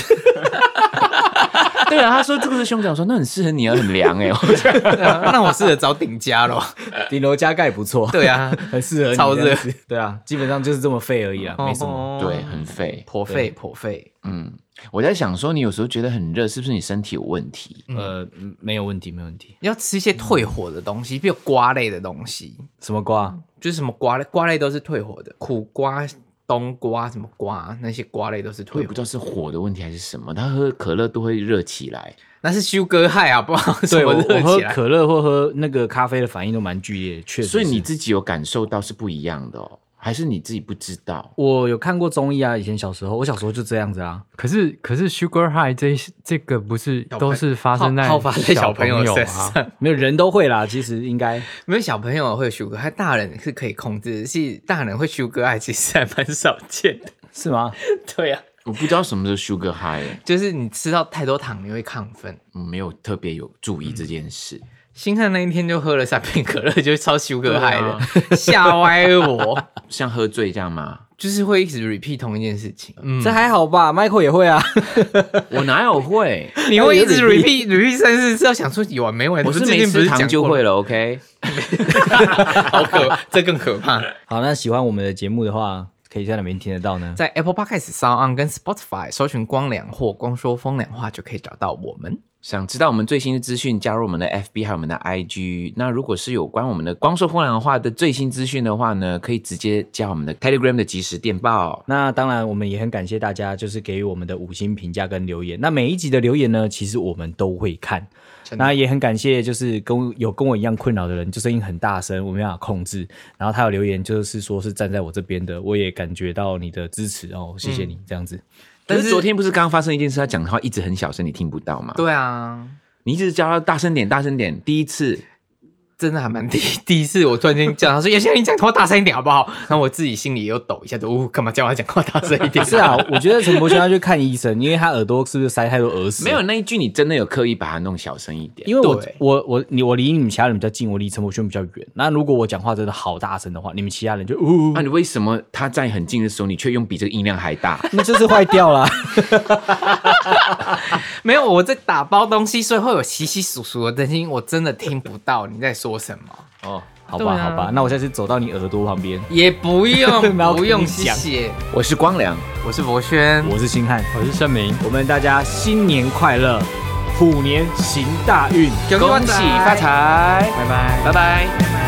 Speaker 2: 对啊，他说这个是胸罩，我说那很适合你啊，很凉哎、我觉得
Speaker 1: 对啊那我试着找顶家咯。
Speaker 3: 顶楼加盖不错，
Speaker 1: 对啊，
Speaker 3: 很适合你
Speaker 1: 超
Speaker 3: 这样
Speaker 1: 热
Speaker 3: 子。对啊，基本上就是这么废而已啊，没什么。
Speaker 1: 哦
Speaker 2: 对，很费。
Speaker 1: 颇费颇费。
Speaker 2: 嗯，我在想说，你有时候觉得很热，是不是你身体有问题？
Speaker 1: 嗯
Speaker 3: 呃，没有问题，没有问题。
Speaker 1: 你要吃一
Speaker 3: 嗯
Speaker 1: 些退火的东西，比如瓜类的东西，
Speaker 3: 什么瓜？
Speaker 1: 就是什么瓜类，瓜类都是退火的，苦瓜、冬瓜、什么瓜，那些瓜类都是
Speaker 2: 我
Speaker 1: 退
Speaker 2: 也不
Speaker 1: 火
Speaker 2: 知。道是火的问题还是什么，他喝可乐都会热起来。
Speaker 1: 那是修哥害啊，不好
Speaker 3: 对
Speaker 1: 什
Speaker 3: 我，
Speaker 1: 么
Speaker 3: 我
Speaker 1: 热
Speaker 3: 喝
Speaker 1: 起来。
Speaker 3: 可乐或喝那个咖啡的反应都蛮剧烈的，确实是。
Speaker 2: 所以你自己有感受到是不一样的哦，还是你自己不知 道？
Speaker 3: 我有看过综艺啊，以前小时候，我小时候就这样子啊。
Speaker 4: 可是可是 Sugar High 这一这个不是
Speaker 1: 小朋
Speaker 4: 都是发生在
Speaker 1: 好好发在小朋
Speaker 4: 朋
Speaker 1: 友
Speaker 4: 友啊
Speaker 1: 身
Speaker 4: 吗？
Speaker 1: 上，
Speaker 3: 没有人都会啦，其实 应该
Speaker 1: 没有小朋友会修哥，害，大人是可以控制，是大人会修哥害，其实还蛮少见的。
Speaker 3: 是吗？
Speaker 1: 对啊，
Speaker 2: 我不知道什么时候 sugar high，欸
Speaker 1: 就是你吃到太多糖，你会亢奋。
Speaker 2: 我没有特别有注意这 件事。
Speaker 1: 星汉那一天就喝了三瓶可乐，就超修哥害
Speaker 2: 对
Speaker 3: 啊
Speaker 1: 的，吓、歪我。
Speaker 2: 像喝醉这样吗？
Speaker 1: 就是会一直 repeat 同一件事情，嗯，
Speaker 3: 这还好吧，Michael 也会啊。
Speaker 2: 我哪 有会？
Speaker 1: 你会一直
Speaker 3: 有点
Speaker 1: repeat repeat 三四次，要想说有完没完？
Speaker 2: 我是
Speaker 1: 最
Speaker 2: 没
Speaker 1: 近不
Speaker 2: 吃
Speaker 1: 是
Speaker 2: 糖
Speaker 1: 讲
Speaker 2: 就
Speaker 1: 过
Speaker 2: 会
Speaker 1: 了，
Speaker 2: 了，OK？
Speaker 1: 好 可，这更可怕。
Speaker 3: 好，那喜欢我们的节目的话，可以在哪边听得到呢？
Speaker 1: 在 Apple Podcast、Sound On 跟 Spotify 搜寻“光良”或“光说风凉话”就可以找到我们。
Speaker 2: 想知道我们最新的资讯，加入我们的 FB 还有我们的 IG。那如果是有关我们的光说风凉话的最新资讯的话呢，可以直接加我们的 Telegram 的即时电报。
Speaker 3: 那当然，我们也很感谢大家，就是给予我们的五星评价跟留言。那每一集的留言呢，其实我们都会看。
Speaker 1: 真的
Speaker 3: 那也很感谢，就是跟有跟我一样困扰的人，就声音很大声，我没办法控制。然后他有留言，就是说是站在我这边的，我也感觉到你的支持哦，谢谢你、
Speaker 1: 嗯
Speaker 3: 这样子。
Speaker 1: 但
Speaker 2: 但
Speaker 1: 是
Speaker 2: 是昨天不是刚刚发生一件事，他讲的话一直很小声，你听不到吗？
Speaker 1: 对啊，
Speaker 2: 你一直叫他大声点，大声点。第一次
Speaker 1: 真的还蛮第 第一次，我突然间叫他说：“有哎些人讲话大声一点好不好？”然后我自己心里又抖一下，就哦呜，干嘛叫他讲话大声 一点？
Speaker 3: 是啊，我觉得陈柏轩要去看医生，因为他耳朵是不是塞太多 耳屎？
Speaker 2: 没有，那一句，你真的有刻意把它弄小声一点。
Speaker 3: 因为我
Speaker 1: 对
Speaker 3: 我我你我离你们其他人比较近，我离陈柏轩比较远。那如果我讲话真的好大声的话，你们其他人就呜、
Speaker 2: 啊 那、你为什么他在很近的时候，你却用比这个音量还大？
Speaker 3: 那就是坏掉啦。
Speaker 1: 没有，我在打包东西，所以会有稀稀疏疏的声音，我真的听不到你在说什么。
Speaker 2: 哦，
Speaker 3: 好
Speaker 1: 对
Speaker 3: 吧，
Speaker 1: 啊
Speaker 3: 好吧，那我下次走到你耳朵旁边。
Speaker 1: 也不 用，
Speaker 3: 然后
Speaker 1: 不用，
Speaker 3: 跟你
Speaker 1: 谢
Speaker 3: 讲
Speaker 1: 谢。
Speaker 2: 我是光良，
Speaker 1: 我是博轩，
Speaker 3: 我是星汉，
Speaker 4: 我是盛明。
Speaker 3: 我们大家新年快乐，虎年行大运。
Speaker 1: 恭
Speaker 2: 恭喜发，财，
Speaker 1: 拜拜，
Speaker 2: 拜
Speaker 1: 拜
Speaker 2: 拜。
Speaker 1: 拜。